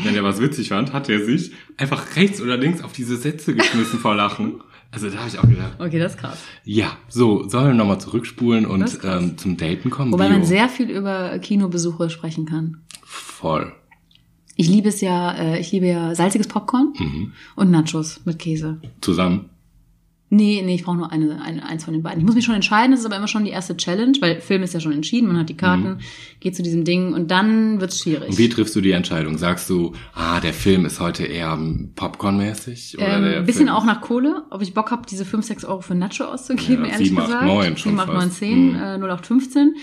C: wenn er was witzig fand, hat er sich einfach rechts oder links auf diese Sätze geschmissen vor Lachen. Also da habe ich auch gedacht,
D: okay, das ist krass.
C: ja, so, sollen wir nochmal zurückspulen
D: Das ist
C: und
D: krass.
C: ähm, zum Daten kommen?
D: Wobei man
C: Bio.
D: sehr viel über Kinobesuche sprechen kann.
C: Voll.
D: Ich liebe es ja, äh, ich liebe ja salziges Popcorn
C: Mhm.
D: und Nachos mit Käse.
C: Zusammen.
D: Nee, nee, ich brauche nur eine, eine, eins von den beiden. Ich muss mich schon entscheiden, das ist aber immer schon die erste Challenge, weil Film ist ja schon entschieden, man hat die Karten, geht zu diesem Ding und dann wird's schwierig.
C: Mhm. Und wie triffst du die Entscheidung? Sagst du, ah, der Film ist heute eher ähm, Popcorn-mäßig? Oder
D: ähm,
C: der
D: bisschen
C: Film-
D: auch nach Kohle, ob ich Bock hab, diese 5, 6 Euro für Nacho auszugeben,
C: Ja,
D: ehrlich
C: 7, 8,
D: gesagt.
C: 9 schon
D: 7, 8, 9,
C: fast.
D: 10,
C: Mhm.
D: äh, 0, 8, 15.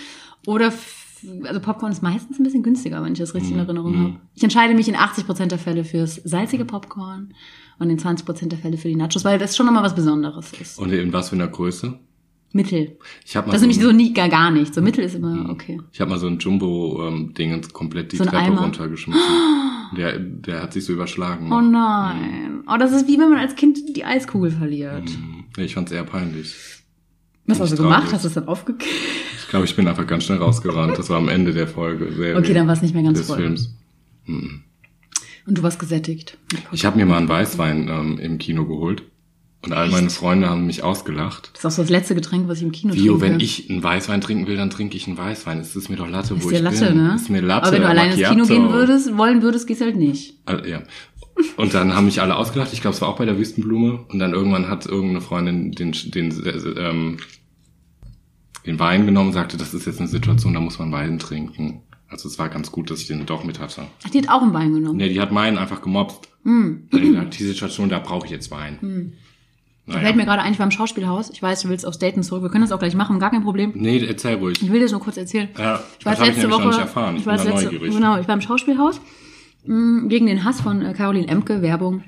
D: Oder, f- also Popcorn ist meistens ein bisschen günstiger, wenn ich das
C: Mhm.
D: richtig in Erinnerung hab. habe. Ich entscheide mich in 80% der Fälle fürs salzige Popcorn und in 20% der Fälle für die Nachos, weil das schon nochmal was Besonderes ist.
C: Und in was für einer Größe?
D: Mittel.
C: Ich habe mal,
D: Das ist nämlich
C: ein-
D: so nie, gar, gar nicht. So Mittel ist
C: Mhm.
D: immer okay.
C: ich hab mal so ein Jumbo-Ding komplett die
D: So ein
C: Treppe
D: Eimer.
C: runtergeschmissen. Der, der hat sich so überschlagen.
D: Oh nein. Oh, das ist wie wenn man als Kind die Eiskugel verliert.
C: Mhm. Ich fand's eher peinlich.
D: Was hast du
C: Nicht
D: gemacht?
C: traurig.
D: Hast du es dann aufgekriegt?
C: Ich glaube, ich bin einfach ganz schnell rausgerannt. Das war am Ende der Folge. Sehr
D: Okay, dann war es nicht mehr ganz
C: Äh, des
D: voll.
C: Films.
D: Und du warst gesättigt.
C: Ich habe mir mal einen Weißwein ähm, im Kino geholt. Und all meine Freunde haben mich ausgelacht.
D: Das ist auch so das letzte Getränk, was ich im Kino
C: Bio,
D: trinke.
C: wenn ich einen Weißwein trinken will, dann trinke ich einen Weißwein. Es ist mir doch Latte,
D: ist
C: wo
D: dir
C: ich
D: Latte,
C: bin.
D: ne?
C: Ist mir Latte.
D: Aber wenn du alleine ins Kino
C: Macchiato.
D: gehen würdest, wollen würdest, gehst halt nicht.
C: Also, ja. Und dann haben mich alle ausgelacht. Ich glaube, es war auch bei der Wüstenblume. Und dann irgendwann hat irgendeine Freundin den, den, äh, ähm, den Wein genommen und sagte, das ist jetzt eine Situation, da muss man Wein trinken. Also es war ganz gut, dass ich den doch mit hatte.
D: Ach, die hat auch einen Wein genommen.
C: Ne, die hat meinen einfach gemobst.
D: Hm.
C: Mm. Die sagt, diese Situation, da brauche ich jetzt Wein.
D: Da Hm. Fällt mir
C: Naja.
D: gerade ein, ich war im Schauspielhaus. Ich weiß, du willst aufs Daten zurück. Wir können das auch gleich machen, gar kein Problem.
C: Nee, erzähl ruhig.
D: Ich will dir das nur kurz erzählen.
C: Ja,
D: ich war
C: das hab ich
D: letzte
C: nämlich
D: Woche.
C: noch nicht erfahren. Ich
D: war
C: bin da
D: letzte,
C: neugierig.
D: Genau, ich war im Schauspielhaus mh, gegen den Hass von äh, Caroline Emke, Werbung.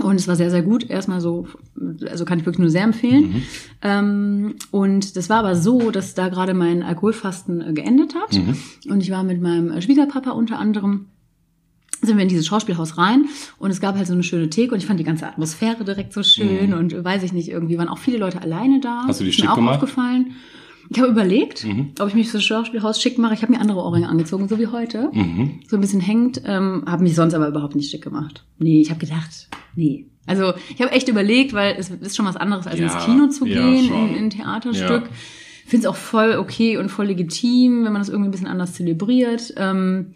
D: Und es war sehr, sehr gut. Erstmal so, also kann ich wirklich nur sehr empfehlen.
C: Mhm.
D: Ähm, und das war aber so, dass da gerade mein Alkoholfasten äh, geendet hat.
C: Mhm.
D: Und ich war mit meinem äh, Schwiegerpapa unter anderem sind wir in dieses Schauspielhaus rein und es gab halt so eine schöne Theke und ich fand die ganze Atmosphäre direkt so schön und äh, weiß ich nicht, irgendwie waren auch viele Leute alleine da.
C: Mhm. Hast du die
D: Ist mir
C: schick
D: auch
C: gemacht? Mhm.
D: aufgefallen. Ich habe überlegt, ob ich mich fürs Schauspielhaus schick mache. Ich habe mir andere Ohrringe angezogen, so wie heute.
C: Mhm.
D: So ein bisschen hängt, ähm, habe mich sonst aber überhaupt nicht schick gemacht. Nee, ich habe gedacht, nee. Also ich habe echt überlegt, weil es ist schon was anderes, als ins
C: Ja,
D: Kino zu
C: ja,
D: gehen,
C: schon.
D: in, in ein Theaterstück.
C: Ja.
D: Finde es auch voll okay und voll legitim, wenn man das irgendwie ein bisschen anders zelebriert. Ähm,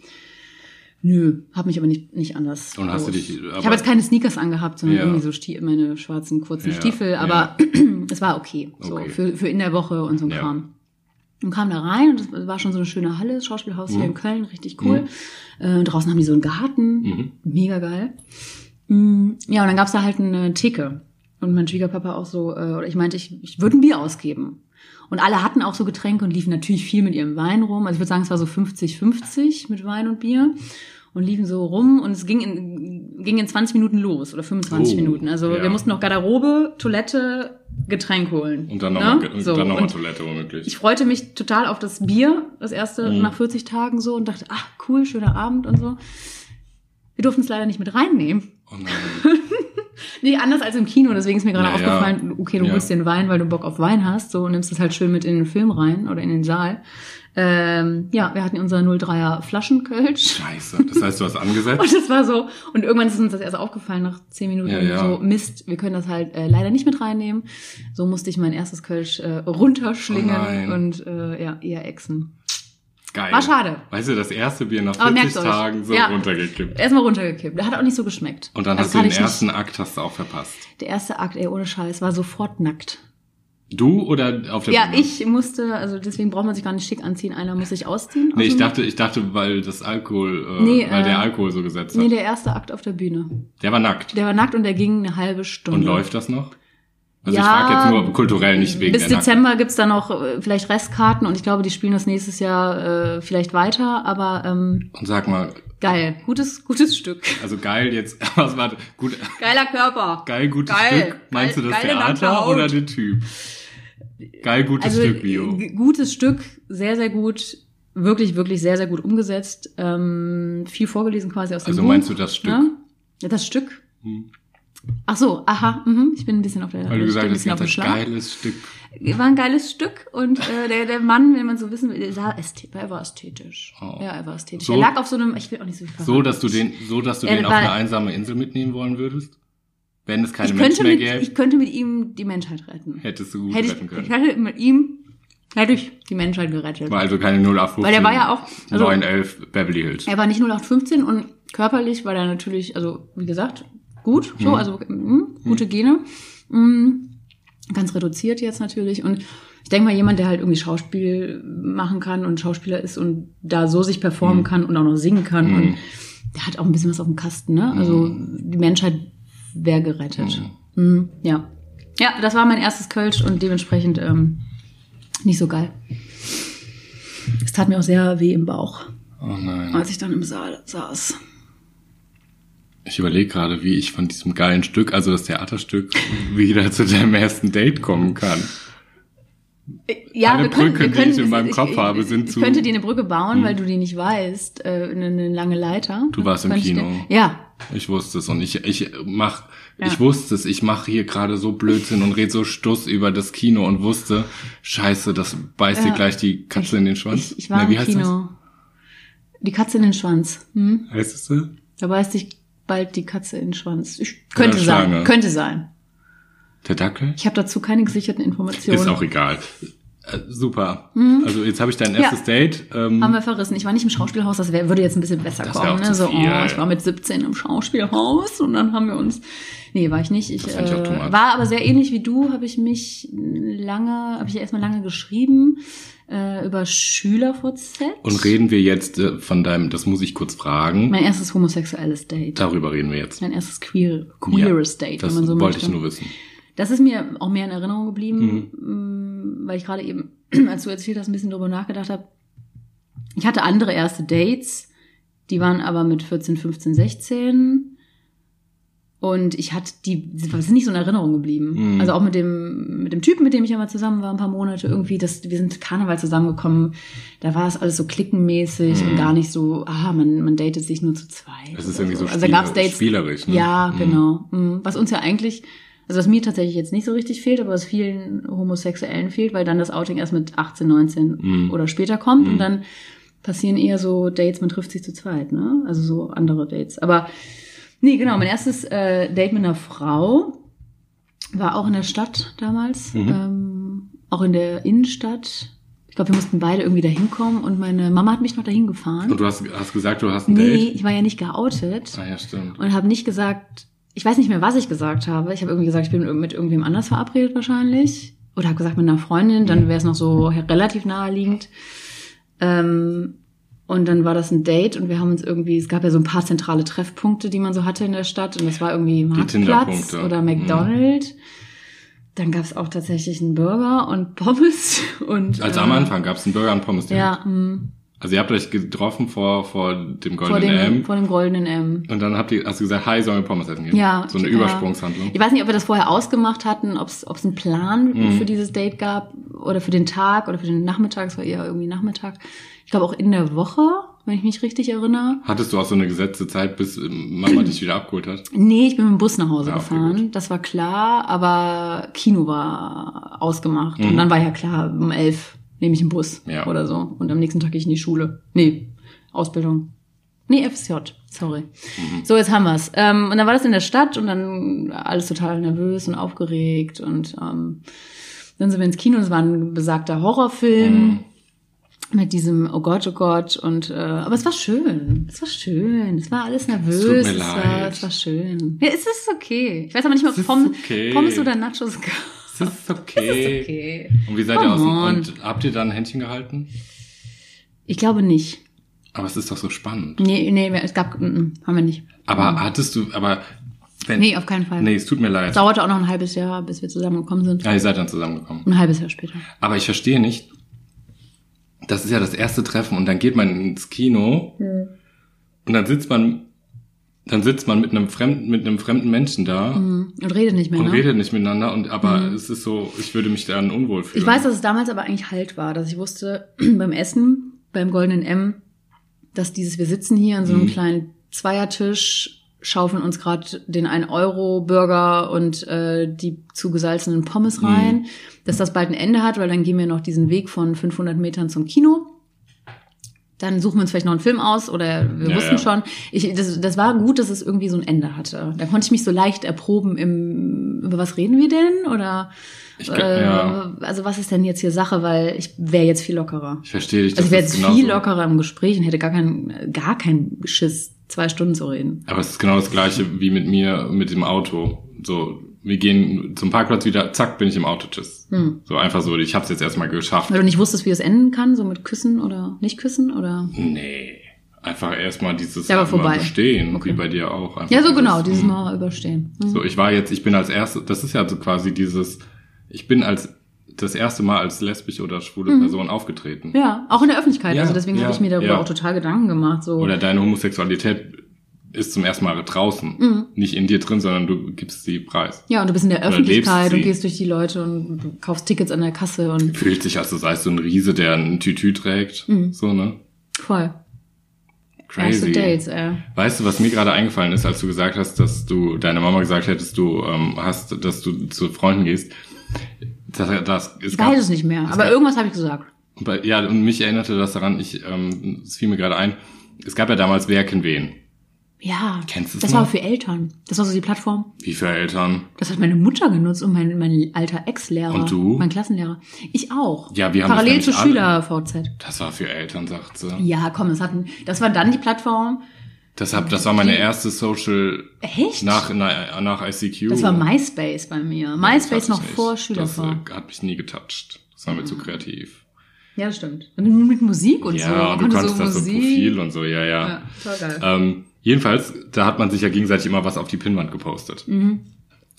D: nö, habe mich aber nicht, nicht anders.
C: Und hast du
D: bewusst.
C: dich-
D: ich
C: aber-
D: habe jetzt keine Sneakers angehabt, sondern
C: Ja.
D: irgendwie so Stie meine schwarzen kurzen
C: Ja,
D: Stiefel,
C: ja.
D: aber es war okay, so
C: Okay.
D: Für, für in der Woche und so ein
C: Ja.
D: Kram. Und kam da rein und es war schon so eine schöne Halle, das Schauspielhaus
C: Mhm.
D: hier in Köln, richtig cool. Äh, draußen haben die so einen Garten,
C: Mhm.
D: mega geil. Mm, Ja, und dann gab's da halt eine Theke. Und mein Schwiegerpapa auch so, äh, oder ich meinte, ich, ich würde ein Bier ausgeben. Und alle hatten auch so Getränke und liefen natürlich viel mit ihrem Wein rum. Also ich würde sagen, es war so 50-50 mit Wein und Bier. Und liefen so rum und es ging in, ging in 20 Minuten los oder 25
C: Oh,
D: Minuten. Also
C: ja.
D: wir mussten noch Garderobe, Toilette, Getränk holen.
C: Und dann nochmal
D: Ne?
C: ja?
D: So,
C: dann noch mal
D: und-
C: Toilette womöglich.
D: ich freute mich total auf das Bier, das erste
C: Mhm.
D: nach 40 Tagen so und dachte, ach cool, schöner Abend und so. Wir durften es leider nicht mit reinnehmen.
C: oh nein.
D: Nee, anders als im Kino, deswegen ist mir gerade
C: Na ja.
D: aufgefallen, okay, du
C: Ja.
D: holst dir einen Wein, weil du Bock auf Wein hast, so und nimmst es halt schön mit in den Film rein oder in den Saal. Ähm, ja, wir hatten unser 03er Flaschenkölsch.
C: Scheiße. Das heißt, du hast angesetzt?
D: Und das war so, und irgendwann ist uns das erst aufgefallen nach zehn Minuten,
C: Ja, ja.
D: so Mist, wir können das halt äh, leider nicht mit reinnehmen. So musste ich mein erstes Kölsch äh,
C: Oh
D: runterschlingen
C: nein.
D: und äh, ja, eher exen.
C: Geil.
D: War schade.
C: Weißt du, das erste Bier nach 40
D: Aber merkt's euch.
C: Tagen so
D: Ja.
C: runtergekippt.
D: Erstmal runtergekippt. Der hat auch nicht so geschmeckt.
C: Und dann
D: Also
C: hast du
D: kann
C: den
D: ich nicht-
C: ersten Akt hast du auch verpasst.
D: Der erste Akt, ey, ohne Scheiß, war sofort nackt.
C: Du oder auf der
D: Ja,
C: Bühne?
D: ich musste, also deswegen braucht man sich gar nicht schick anziehen. Einer muss sich ausziehen.
C: Nee, ich
D: Also-
C: dachte, ich dachte, weil das Alkohol, äh,
D: Nee,
C: weil
D: äh,
C: der Alkohol so gesetzt hat.
D: Nee, der erste Akt auf der Bühne.
C: der war nackt.
D: Der war nackt und der ging eine halbe Stunde.
C: Und läuft das noch? Also ich
D: Ja,
C: frage jetzt nur kulturell nicht wegen
D: Bis
C: der Nacktheit.
D: Dezember gibt's da noch äh, vielleicht Restkarten und ich glaube, die spielen das nächstes Jahr äh, vielleicht weiter, aber ähm,
C: Und sag mal,
D: geil. Gutes, gutes Stück.
C: also geil jetzt, was warte, gut,
D: Geiler Körper.
C: geil gutes
D: Geil.
C: Stück. Meinst
D: Geil-
C: du das
D: geile nackte
C: Theater
D: Haut.
C: oder den Typ? Geil gutes
D: also,
C: Stück Bio.
D: g- Gutes Stück, sehr, sehr gut, wirklich, wirklich sehr, sehr gut umgesetzt. Ähm, viel vorgelesen quasi aus dem
C: Also
D: Buch.
C: meinst du das Stück? Hm.
D: Ne? Ja, das Stück? Ach so, aha, mhm, ich bin ein bisschen auf der
C: Weil du gesagt
D: ein
C: hast,
D: bisschen auf dem
C: das
D: Schlauch.
C: geiles Stück.
D: War ein geiles Stück und äh, der, der Mann, wenn man so wissen will, der sah ästhe- er war ästhetisch.
C: Oh.
D: Ja, er war ästhetisch.
C: So-
D: er lag auf so einem, ich will auch nicht so viel
C: So,
D: verraten.
C: dass du den, so, dass du
D: Ja,
C: den auf
D: Äh, weil-
C: eine einsame Insel mitnehmen wollen würdest? Wenn es keine
D: ich
C: Menschen
D: könnte,
C: mehr
D: mit,
C: gäbe,
D: ich könnte mit ihm die Menschheit retten.
C: hättest du gut
D: hätte
C: retten
D: ich, ich
C: können.
D: hätte mit ihm, hätte ich die Menschheit gerettet.
C: War also keine 0815.
D: Weil der war ja auch- also-
C: 911 Beverly Hills.
D: Er war nicht 0815 und körperlich war er natürlich, also wie gesagt, gut, so, also mm, gute Gene. Mm, ganz reduziert jetzt natürlich. Und ich denke mal, jemand, der halt irgendwie Schauspiel machen kann und Schauspieler ist und da so sich performen kann und auch noch singen kann und der hat auch ein bisschen was auf dem Kasten, ne? Also die Menschheit wäre gerettet. Mm, ja. Ja, das war mein erstes Kölsch und dementsprechend ähm, nicht so geil. Es tat mir auch sehr weh im Bauch
C: Oh nein.
D: als ich dann im Saal saß.
C: Ich überlege gerade, wie ich von diesem geilen Stück, also das Theaterstück, wieder zu deinem ersten Date kommen kann.
D: Ja,
C: Alle Brücken, die ich in meinem Kopf habe, sind
D: ich
C: zu- Hm.
D: könnte dir eine Brücke bauen, weil du die nicht weißt, äh, eine, eine lange Leiter.
C: Du warst im
D: Könnte ich
C: Kino.
D: dir- Ja,
C: Ich wusste es und ich, ich mach,
D: Ja.
C: ich wusste es, ich mache hier gerade so Blödsinn und red so Stuss über das Kino und wusste, scheiße, das beißt dir
D: Ja.
C: gleich die Katze in den Schwanz.
D: ich, ich war
C: Na, wie
D: im
C: heißt
D: Kino. Die Katze in den Schwanz. Hm?
C: das? Heißt es so?
D: Da beißt dich bald die Katze in den Schwanz. Ich, könnte sein,
C: Schlange.
D: könnte sein.
C: Der Dackel?
D: Ich habe dazu keine gesicherten Informationen.
C: Ist auch egal. Äh, super. Also jetzt habe ich dein erstes Date. Ähm,
D: Mhm. Haben wir verrissen. Ich war nicht im Schauspielhaus, das wär, würde jetzt ein bisschen besser
C: Das wär
D: kommen.
C: auch
D: Ne?
C: zu
D: So,
C: viel.
D: oh, ich war mit 17 im Schauspielhaus und dann haben wir uns. Nee, war ich nicht. Ich,
C: Das fand ich auch too
D: äh,
C: much.
D: war aber sehr ähnlich wie du, habe ich mich lange, habe ich erstmal lange geschrieben äh, über SchülerVZ.
C: und reden wir jetzt äh, von deinem, das muss ich kurz fragen.
D: Mein erstes homosexuelles Date.
C: Darüber reden wir jetzt.
D: Mein erstes queer, queeres
C: Ja,
D: Date,
C: Das
D: wenn man so
C: wollte
D: möchte.
C: ich nur wissen.
D: Das ist mir auch mehr in Erinnerung geblieben,
C: Mhm.
D: mm, weil ich gerade eben, als du erzählt hast, ein bisschen darüber nachgedacht habe. Ich hatte andere erste Dates, die waren aber mit 14, 15, 16. Und ich hatte die, das ist nicht so in Erinnerung geblieben.
C: Mhm.
D: Also auch mit dem, mit dem Typen, mit dem ich einmal zusammen war, ein paar Monate irgendwie, das, wir sind Karneval zusammengekommen. Da war es alles so klickenmäßig
C: Mhm.
D: und gar nicht so, ah, man, man datet sich nur zu zweit.
C: Es ist
D: oder
C: irgendwie so
D: Also da gab's
C: spiele-
D: Dates,
C: spielerisch. Ne?
D: ja,
C: Mhm.
D: genau. Mhm. Was uns ja eigentlich, also was mir tatsächlich jetzt nicht so richtig fehlt, aber was vielen Homosexuellen fehlt, weil dann das Outing erst mit 18, 19
C: Mhm.
D: oder später kommt und
C: Mhm.
D: dann passieren eher so Dates, man trifft sich zu zweit, ne? Also so andere Dates. Aber nee, genau, mein erstes äh, Date mit einer Frau war auch in der Stadt damals,
C: Mhm.
D: ähm, auch in der Innenstadt. Ich glaube, wir mussten beide irgendwie dahin kommen und meine Mama hat mich noch dahin gefahren.
C: Und du hast, hast gesagt, du hast ein
D: Nee,
C: Date?
D: ich war ja nicht geoutet
C: Ah ja, stimmt.
D: und habe nicht gesagt, ich weiß nicht mehr, was ich gesagt habe. Ich habe irgendwie gesagt, ich bin mit irgendwem anders verabredet wahrscheinlich. Oder habe gesagt, mit einer Freundin,
C: Mhm.
D: dann wäre es noch so relativ naheliegend. Ähm, und dann war das ein Date und wir haben uns irgendwie, es gab ja so ein paar zentrale Treffpunkte, die man so hatte in der Stadt. Und das war irgendwie Marktplatz
C: Tinder-Punkte.
D: oder
C: Mhm.
D: McDonald's. Dann gab es auch tatsächlich einen Burger und Pommes und.
C: Also
D: äh,
C: am Anfang gab es einen Burger und Pommes. direkt.
D: Ja, mh,
C: Also ihr habt euch getroffen vor, vor dem
D: vor,
C: Goldenen
D: dem,
C: M.
D: vor dem goldenen M.
C: Und dann habt ihr, hast du gesagt, hi, sollen wir Pommes essen gehen?
D: Ja,
C: So eine
D: ja.
C: Übersprungshandlung.
D: Ich weiß nicht, ob wir das vorher ausgemacht hatten, ob es einen Plan
C: Mhm.
D: für dieses Date gab oder für den Tag oder für den Nachmittag. Es war eher irgendwie Nachmittag. Ich glaube auch in der Woche, wenn ich mich richtig erinnere.
C: Hattest du auch so eine gesetzte Zeit, bis ähm, Mama dich wieder abgeholt hat?
D: Nee, ich bin mit dem Bus nach Hause
C: Ja, Ah, okay,
D: gefahren. das war klar, aber Kino war ausgemacht. Und
C: Mhm.
D: dann war ja klar, um elf nehme ich einen Bus
C: Ja.
D: oder so. Und am nächsten Tag gehe ich in die Schule. Nee, Ausbildung. Nee, FSJ, sorry.
C: Mhm.
D: So, jetzt haben wir's. Ähm, und dann war das in der Stadt und dann alles total nervös und aufgeregt. Und ähm, dann sind wir ins Kino und es war ein besagter Horrorfilm
C: Mhm.
D: mit diesem Oh Gott, oh Gott und äh, aber es war schön, es war schön, es war alles nervös,
C: Es tut mir
D: es, War,
C: leid.
D: es war schön. Ja, es ist okay. Ich weiß aber nicht mal,
C: Es ist
D: Pommes,
C: okay.
D: Pommes oder Nachos. gab.
C: Es ist
D: Es
C: okay.
D: ist okay.
C: Und wie seid
D: Come
C: ihr aus dem,
D: on.
C: und habt ihr dann Händchen gehalten?
D: Ich glaube nicht.
C: Aber es ist doch so spannend.
D: Nee, nee, es gab, mm, mm, haben wir nicht.
C: Aber hattest du, aber wenn,
D: Nee, oh auf keinen Fall.
C: Äh, nee, es tut mir leid.
D: Es dauerte auch noch ein halbes Jahr, bis wir zusammengekommen sind.
C: Ja, ihr seid dann zusammengekommen.
D: Ein halbes Jahr später.
C: Aber ich verstehe nicht. Das ist ja das erste Treffen und dann geht man ins Kino und dann sitzt man, dann sitzt man mit einem fremden, mit einem fremden Menschen da
D: Mhm. Und redet nicht mehr,
C: und
D: ne?
C: redet nicht miteinander und aber es ist so, ich würde mich dann unwohl fühlen.
D: Ich weiß, dass es damals aber eigentlich halt war, dass ich wusste, beim Essen, beim Goldenen M, dass dieses, wir sitzen hier an so einem
C: Mhm.
D: kleinen Zweiertisch, schaufeln uns gerade den 1-Euro-Burger und äh, die zugesalzenen
C: Mhm.
D: Pommes rein, dass das bald ein Ende hat, weil dann gehen wir noch diesen Weg von 500 Metern zum Kino. Dann suchen wir uns vielleicht noch einen Film aus oder wir
C: Ja,
D: wussten
C: ja.
D: schon. Ich, das, das war gut, dass es irgendwie so ein Ende hatte. Da konnte ich mich so leicht erproben im, über was reden wir denn? Oder
C: Ich kann-
D: äh,
C: ja.
D: also was ist denn jetzt hier Sache, weil ich wäre jetzt viel lockerer.
C: Ich verstehe dich.
D: Also ich
C: das
D: wäre
C: ist
D: jetzt
C: genauso-
D: viel lockerer im Gespräch und hätte gar keinen gar keinen Schiss, zwei Stunden zu reden.
C: Aber es ist genau das gleiche wie mit mir mit dem Auto. So, wir gehen zum Parkplatz wieder, zack, bin ich im Auto, tschüss.
D: Hm.
C: So einfach so, ich hab's jetzt erstmal geschafft.
D: Weil du nicht wusstest, wie es enden kann, so mit Küssen oder nicht Küssen oder.
C: Nee. Einfach erstmal dieses
D: Ja, aber
C: einmal
D: vorbei.
C: bestehen,
D: Okay.
C: wie bei dir auch. Einfach
D: Ja, so genau,
C: dieses,
D: dieses
C: hm.
D: Mal überstehen. Hm.
C: So, ich war jetzt, ich bin als erste, das ist ja so quasi dieses, ich bin als das erste Mal als lesbische oder schwule Person aufgetreten.
D: Mhm. Ja, auch in der Öffentlichkeit.
C: Ja,
D: also deswegen
C: ja,
D: habe ich mir darüber
C: ja.
D: auch total Gedanken gemacht. So.
C: Oder deine Homosexualität ist zum ersten Mal draußen.
D: Mhm.
C: Nicht in dir drin, sondern du gibst sie preis.
D: ja, und du bist in der
C: Oder
D: Öffentlichkeit
C: lebst
D: und
C: sie.
D: gehst durch die Leute und du kaufst Tickets an der Kasse und
C: Fühlt sich, als du seist so ein Riese, der ein Tütü trägt.
D: Mhm.
C: So, ne?
D: voll. Erste
C: Crazy.
D: Dates, ey.
C: Weißt du, was mir gerade eingefallen ist, als du gesagt hast, dass du deine Mama gesagt hättest, du ähm, hast, dass du zu Freunden gehst? Das, das, es
D: Ich
C: gab-
D: weiß es nicht mehr,
C: es
D: aber
C: gab-
D: irgendwas habe ich gesagt.
C: Bei- Ja, und mich erinnerte das daran, ich, ähm, es fiel mir gerade ein, es gab ja damals Wer kennt wen.
D: Ja,
C: Kennst du es
D: das
C: noch?
D: war für Eltern. Das war so die Plattform.
C: Wie für Eltern?
D: Das hat meine Mutter genutzt und mein, mein alter Ex-Lehrer.
C: Und du?
D: Mein Klassenlehrer. Ich auch.
C: Ja, wir haben das
D: Parallel
C: nämlich
D: zu
C: alle.
D: Schüler-VZ.
C: Das war für Eltern, sagt sie.
D: Ja, komm, das, hatten, das war dann die Plattform.
C: Das, hab, das war meine erste Social
D: Echt?
C: nach, na, nach ICQ.
D: das war MySpace bei mir.
C: Oh. Das
D: MySpace
C: hatte ich
D: noch
C: nicht.
D: vor
C: Das äh,
D: Schüler-VZ.
C: hat mich nie getoucht. Das war mir zu kreativ.
D: Ja, das stimmt. Mit, mit Musik und
C: ja,
D: so. Man
C: und du
D: konnte
C: kannst das so Profil und so, ja, ja.
D: Ja, total geil.
C: Ähm, jedenfalls, da hat man sich ja gegenseitig immer was auf die Pinnwand gepostet.
D: Mhm.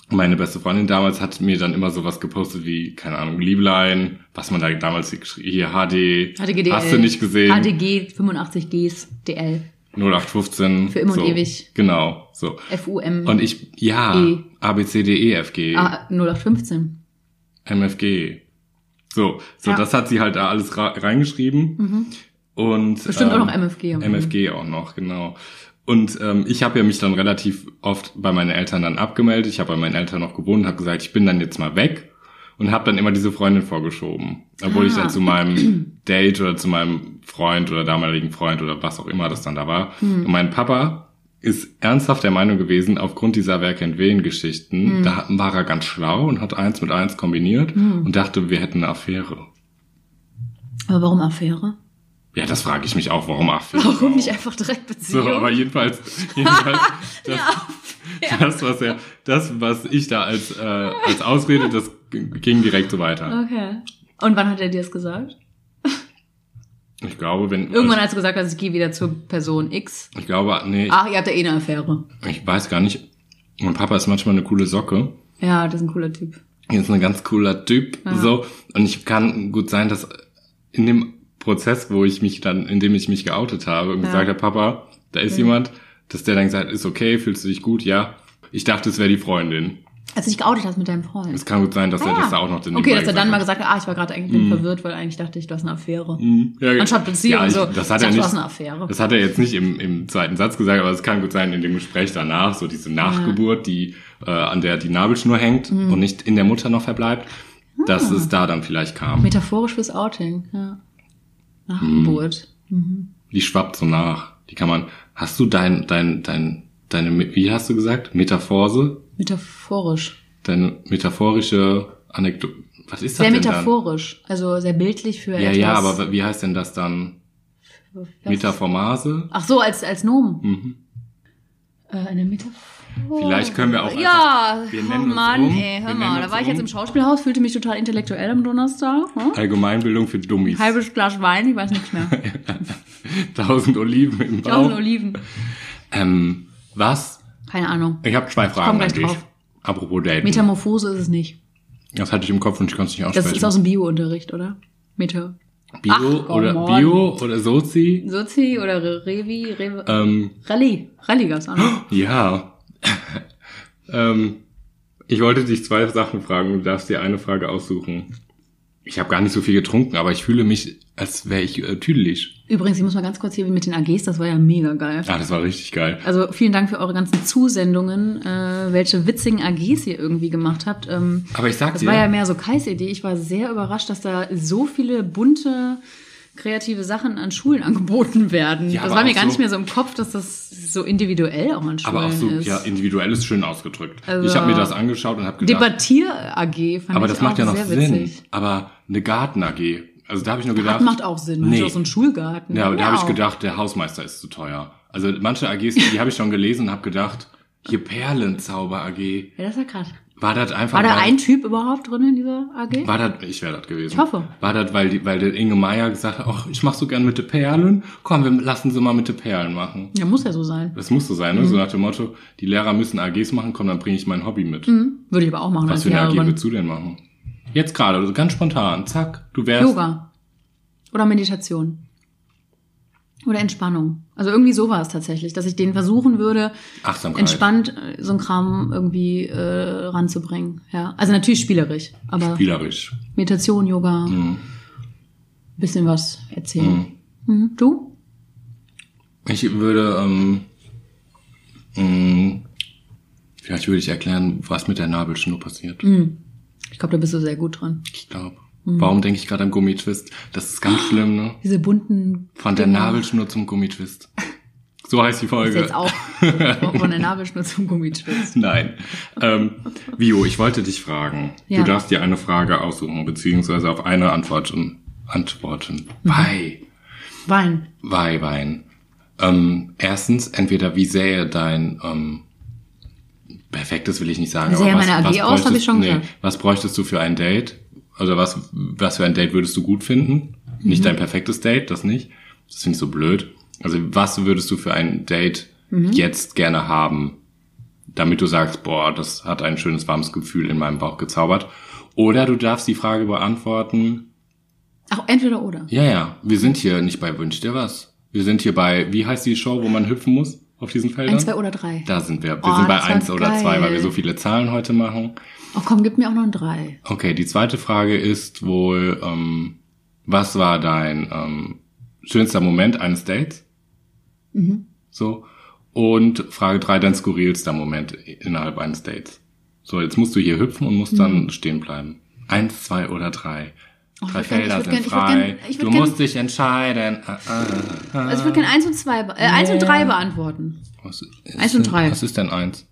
C: Meine beste Freundin damals hat mir dann immer sowas gepostet wie, keine Ahnung, Lieblein, was man da damals geschrie- hier, HD,
D: HDGDL.
C: Äh, hast du nicht gesehen,
D: HDG 85Gs DL.
C: 0815.
D: Für immer und
C: so.
D: ewig.
C: Genau, so.
D: FUM.
C: Und ich, ja,
D: E.
C: A, B, C, D, E, F, G,
D: ah, 0815.
C: MFG. So, so
D: Ja. Mhm.
C: das hat sie halt da alles ra- reingeschrieben. Und,
D: Bestimmt auch
C: ähm,
D: noch MFG. am Ende.
C: MFG auch noch, genau. Und ähm, ich habe ja mich dann relativ oft bei meinen Eltern dann abgemeldet. Ich habe bei meinen Eltern noch gewohnt und habe gesagt, ich bin dann jetzt mal weg und habe dann immer diese Freundin vorgeschoben. Obwohl ich
D: Ah.
C: dann zu meinem Date oder zu meinem Freund oder damaligen Freund oder was auch immer das dann da war.
D: Hm.
C: Und mein Papa ist ernsthaft der Meinung gewesen, aufgrund dieser Werke in Wehen-Geschichten,
D: Hm.
C: da hat- war er ganz schlau und hat eins mit eins kombiniert
D: Hm.
C: und dachte, wir hätten eine Affäre.
D: Aber warum Affäre?
C: Ja, das frage ich mich auch, warum Affäre?
D: Warum nicht einfach direkt Beziehung?
C: So, aber jedenfalls, jedenfalls das, das, was er, das, was ich da als, äh, als Ausrede, das g- ging direkt so weiter.
D: okay. Und wann hat er dir das gesagt?
C: Ich glaube, wenn,
D: Irgendwann hat er gesagt, dass ich gehe wieder zur Person X.
C: ich glaube, nee,
D: Ach, ihr habt ja eh eine Affäre.
C: ich, ich weiß gar nicht. Mein Papa ist manchmal eine coole Socke.
D: Ja, das ist ein cooler Typ.
C: Er ist ein ganz cooler Typ, so. Und ich kann gut sein, dass in dem Prozess, wo ich mich dann, in dem ich mich geoutet habe und gesagt habe, Papa, da ist jemand, dass der dann gesagt hat, ist okay, fühlst du dich gut, ja. Ich dachte, es wäre die Freundin.
D: Als du dich geoutet hast mit deinem Freund.
C: Es kann gut sein, dass er
D: Ah,
C: das da auch noch den Mhm.
D: Okay, dass er
C: gesagt
D: dann
C: hat.
D: mal gesagt hat, ah, ich war gerade eigentlich bin verwirrt, weil eigentlich dachte ich, du hast eine Affäre.
C: Mhm. Ja,
D: Anstatt Beziehung
C: ich-
D: so.
C: Das hat
D: Sag,
C: er
D: du
C: nicht.
D: hast eine Affäre.
C: Das hat er jetzt nicht im, im zweiten Satz gesagt, aber es kann gut sein in dem Gespräch danach, so diese Nachgeburt, die äh, an der die Nabelschnur hängt
D: Mhm.
C: und nicht in der Mutter noch verbleibt, dass
D: Ah.
C: es da dann vielleicht kam.
D: Metaphorisch fürs Outing, ja.
C: Mhm.
D: Mhm. Nachgeburt.
C: Die schwappt so nach. Die kann man. Hast du dein dein dein deine Me- wie hast du gesagt Metaphorse,
D: Metaphorisch.
C: deine metaphorische Anekdote. Was ist das
D: Sehr
C: denn
D: metaphorisch. Also sehr bildlich für
C: dann? Ja,
D: etwas.
C: ja, aber wie heißt denn das dann?
D: Was?
C: Metaphormase?
D: Ach so, als, als Nomen. Äh, eine Metaphor.
C: Mhm. Vielleicht können wir auch
D: Ja,
C: einfach- wir
D: oh
C: nennen uns
D: Mann,
C: um.
D: ey, hör
C: Wir
D: mal.
C: nennen
D: Da
C: uns
D: war ich
C: um.
D: jetzt im Schauspielhaus, fühlte mich total intellektuell am Donnerstag. Hm?
C: Allgemeinbildung für Dummies.
D: Halbes Glas Wein, ich weiß nichts mehr.
C: 1000 Oliven im Bauch.
D: Tausend Oliven.
C: Ähm, was?
D: Keine Ahnung.
C: Ich habe zwei Fragen
D: gleich
C: an dich.
D: drauf.
C: Apropos Dating.
D: Metamorphose ist es nicht.
C: das hatte ich im Kopf und ich konnte es nicht
D: Das
C: aussprechen.
D: ist aus dem Bio-Unterricht, oder? Meta.
C: Bio
D: Ach, oh
C: oder
D: Mann.
C: Bio oder Sozi?
D: Sozi oder Re- Revi? Revi?
C: Ähm,
D: Rallye. Rallye gab's auch noch.
C: ja. ähm, ich wollte dich zwei Sachen fragen und du darfst dir eine Frage aussuchen. Ich habe gar nicht so viel getrunken, aber ich fühle mich, als wäre ich äh, tüdelig.
D: Übrigens, ich muss mal ganz kurz hier mit den AGs, das war ja mega geil.
C: Ah, das war richtig geil.
D: Also vielen Dank für eure ganzen Zusendungen, äh, welche witzigen AGs ihr irgendwie gemacht habt. Ähm,
C: Aber ich sag
D: das
C: dir,
D: war ja mehr so Kais Idee. Ich war sehr überrascht, dass da so viele bunte, kreative Sachen an Schulen angeboten werden.
C: Ja,
D: das
C: aber
D: war mir
C: auch
D: gar
C: so-
D: nicht mehr so im Kopf, dass das so individuell auch an Schulen
C: aber auch so,
D: ist.
C: ja, individuell ist schön ausgedrückt.
D: Also,
C: ich habe mir das angeschaut und habe gedacht,
D: Debattier-AG fand
C: Aber
D: ich
C: das macht
D: auch
C: ja noch
D: sehr
C: Sinn.
D: witzig.
C: Aber eine Garten-AG. Also da habe ich nur gedacht.
D: Das macht auch Sinn. Nee.
C: Nee.
D: Auch so ein Schulgarten.
C: ja, aber da habe ich
D: Wow.
C: gedacht, der Hausmeister ist zu teuer. Also manche AGs, die habe ich schon gelesen und habe gedacht, hier Perlenzauber AG.
D: Ja, das war krass.
C: War das einfach.
D: War da
C: weil-
D: ein Typ überhaupt drin in dieser AG?
C: war das, ich wäre das gewesen.
D: Ich hoffe.
C: War das, weil, die, weil der Inge Meier gesagt hat, ach, ich mache so gern mit den Perlen. Komm, wir lassen sie mal mit den Perlen machen.
D: Ja, muss ja so sein.
C: Das muss so sein, ne?
D: Mhm.
C: So nach dem Motto, die Lehrer müssen AGs machen, komm, dann bringe ich mein Hobby mit.
D: Würde ich aber auch machen
C: Was
D: als
C: für eine AG
D: Mhm. Lehrerin.
C: willst du denn machen? Jetzt gerade, also ganz spontan, zack, du wärst.
D: Yoga. Oder Meditation. Oder Entspannung. Also irgendwie so war es tatsächlich, dass ich denen versuchen würde,
C: Achtsamkeit.
D: entspannt äh, so ein Kram irgendwie äh, ranzubringen. Ja. Also natürlich spielerisch, aber
C: Spielerisch.
D: Meditation, Yoga,
C: Mhm.
D: bisschen was erzählen. Mhm. Du?
C: Ich würde, ähm, mh, vielleicht würde ich erklären, was mit der Nabelschnur passiert.
D: Mhm. Ich glaube, da bist du sehr gut dran.
C: Ich glaube. Warum denke ich gerade an
D: Oh.
C: Gummitwist? Das ist ganz schlimm, ne?
D: Diese bunten
C: Von der
D: Dinger.
C: Nabelschnur zum Gummitwist. So heißt die Folge.
D: Genau. Ist jetzt auch von der Nabelschnur zum Gummischwitz.
C: Nein. Ähm, Vio, ich wollte dich fragen.
D: Ja.
C: Du darfst dir eine Frage aussuchen, beziehungsweise auf eine Antwort um, antworten.
D: Mhm.
C: Bei.
D: Wein.
C: Weihwein. Ähm, erstens, entweder wie sähe dein ähm, perfektes will ich nicht sagen.
D: Wie sähe meine AG aus,
C: bräuchtest-
D: hab ich schon gesagt.
C: Was bräuchtest du für ein Date? Also was, was für ein Date würdest du gut finden?
D: Mhm.
C: Nicht dein perfektes Date, das nicht. Das finde ich so blöd. Also was würdest du für ein Date
D: Mhm.
C: jetzt gerne haben, damit du sagst, boah, das hat ein schönes warmes Gefühl in meinem Bauch gezaubert? Oder du darfst die Frage beantworten,
D: Ach, entweder oder.
C: ja, ja, wir sind hier nicht bei Wünsch dir was. Wir sind hier bei, wie heißt die Show, wo man hüpfen muss auf diesen Feldern?
D: Ein, zwei oder drei.
C: da sind wir. Wir
D: Oh,
C: sind bei
D: das war
C: eins oder
D: geil.
C: zwei, weil wir so viele Zahlen heute machen.
D: Oh komm, gib mir auch noch ein drei.
C: Okay, die zweite Frage ist wohl, ähm, was war dein ähm, schönster Moment eines Dates?
D: Mhm.
C: So. Und Frage drei, dein skurrilster Moment innerhalb eines Dates. So, jetzt musst du hier hüpfen und musst dann stehen bleiben. Eins, zwei oder drei.
D: Mhm. Oh, ich
C: Drei
D: würd gern- ich
C: Felder
D: würd
C: sind
D: gern- ich würd
C: frei.
D: gern- ich würd
C: Du
D: gern-
C: musst dich entscheiden. Ah, ah, ah.
D: Also ich würde gerne eins und zwei, be- äh, eins und drei beantworten.
C: Was ist
D: Eins und
C: denn-
D: drei.
C: Was ist denn eins?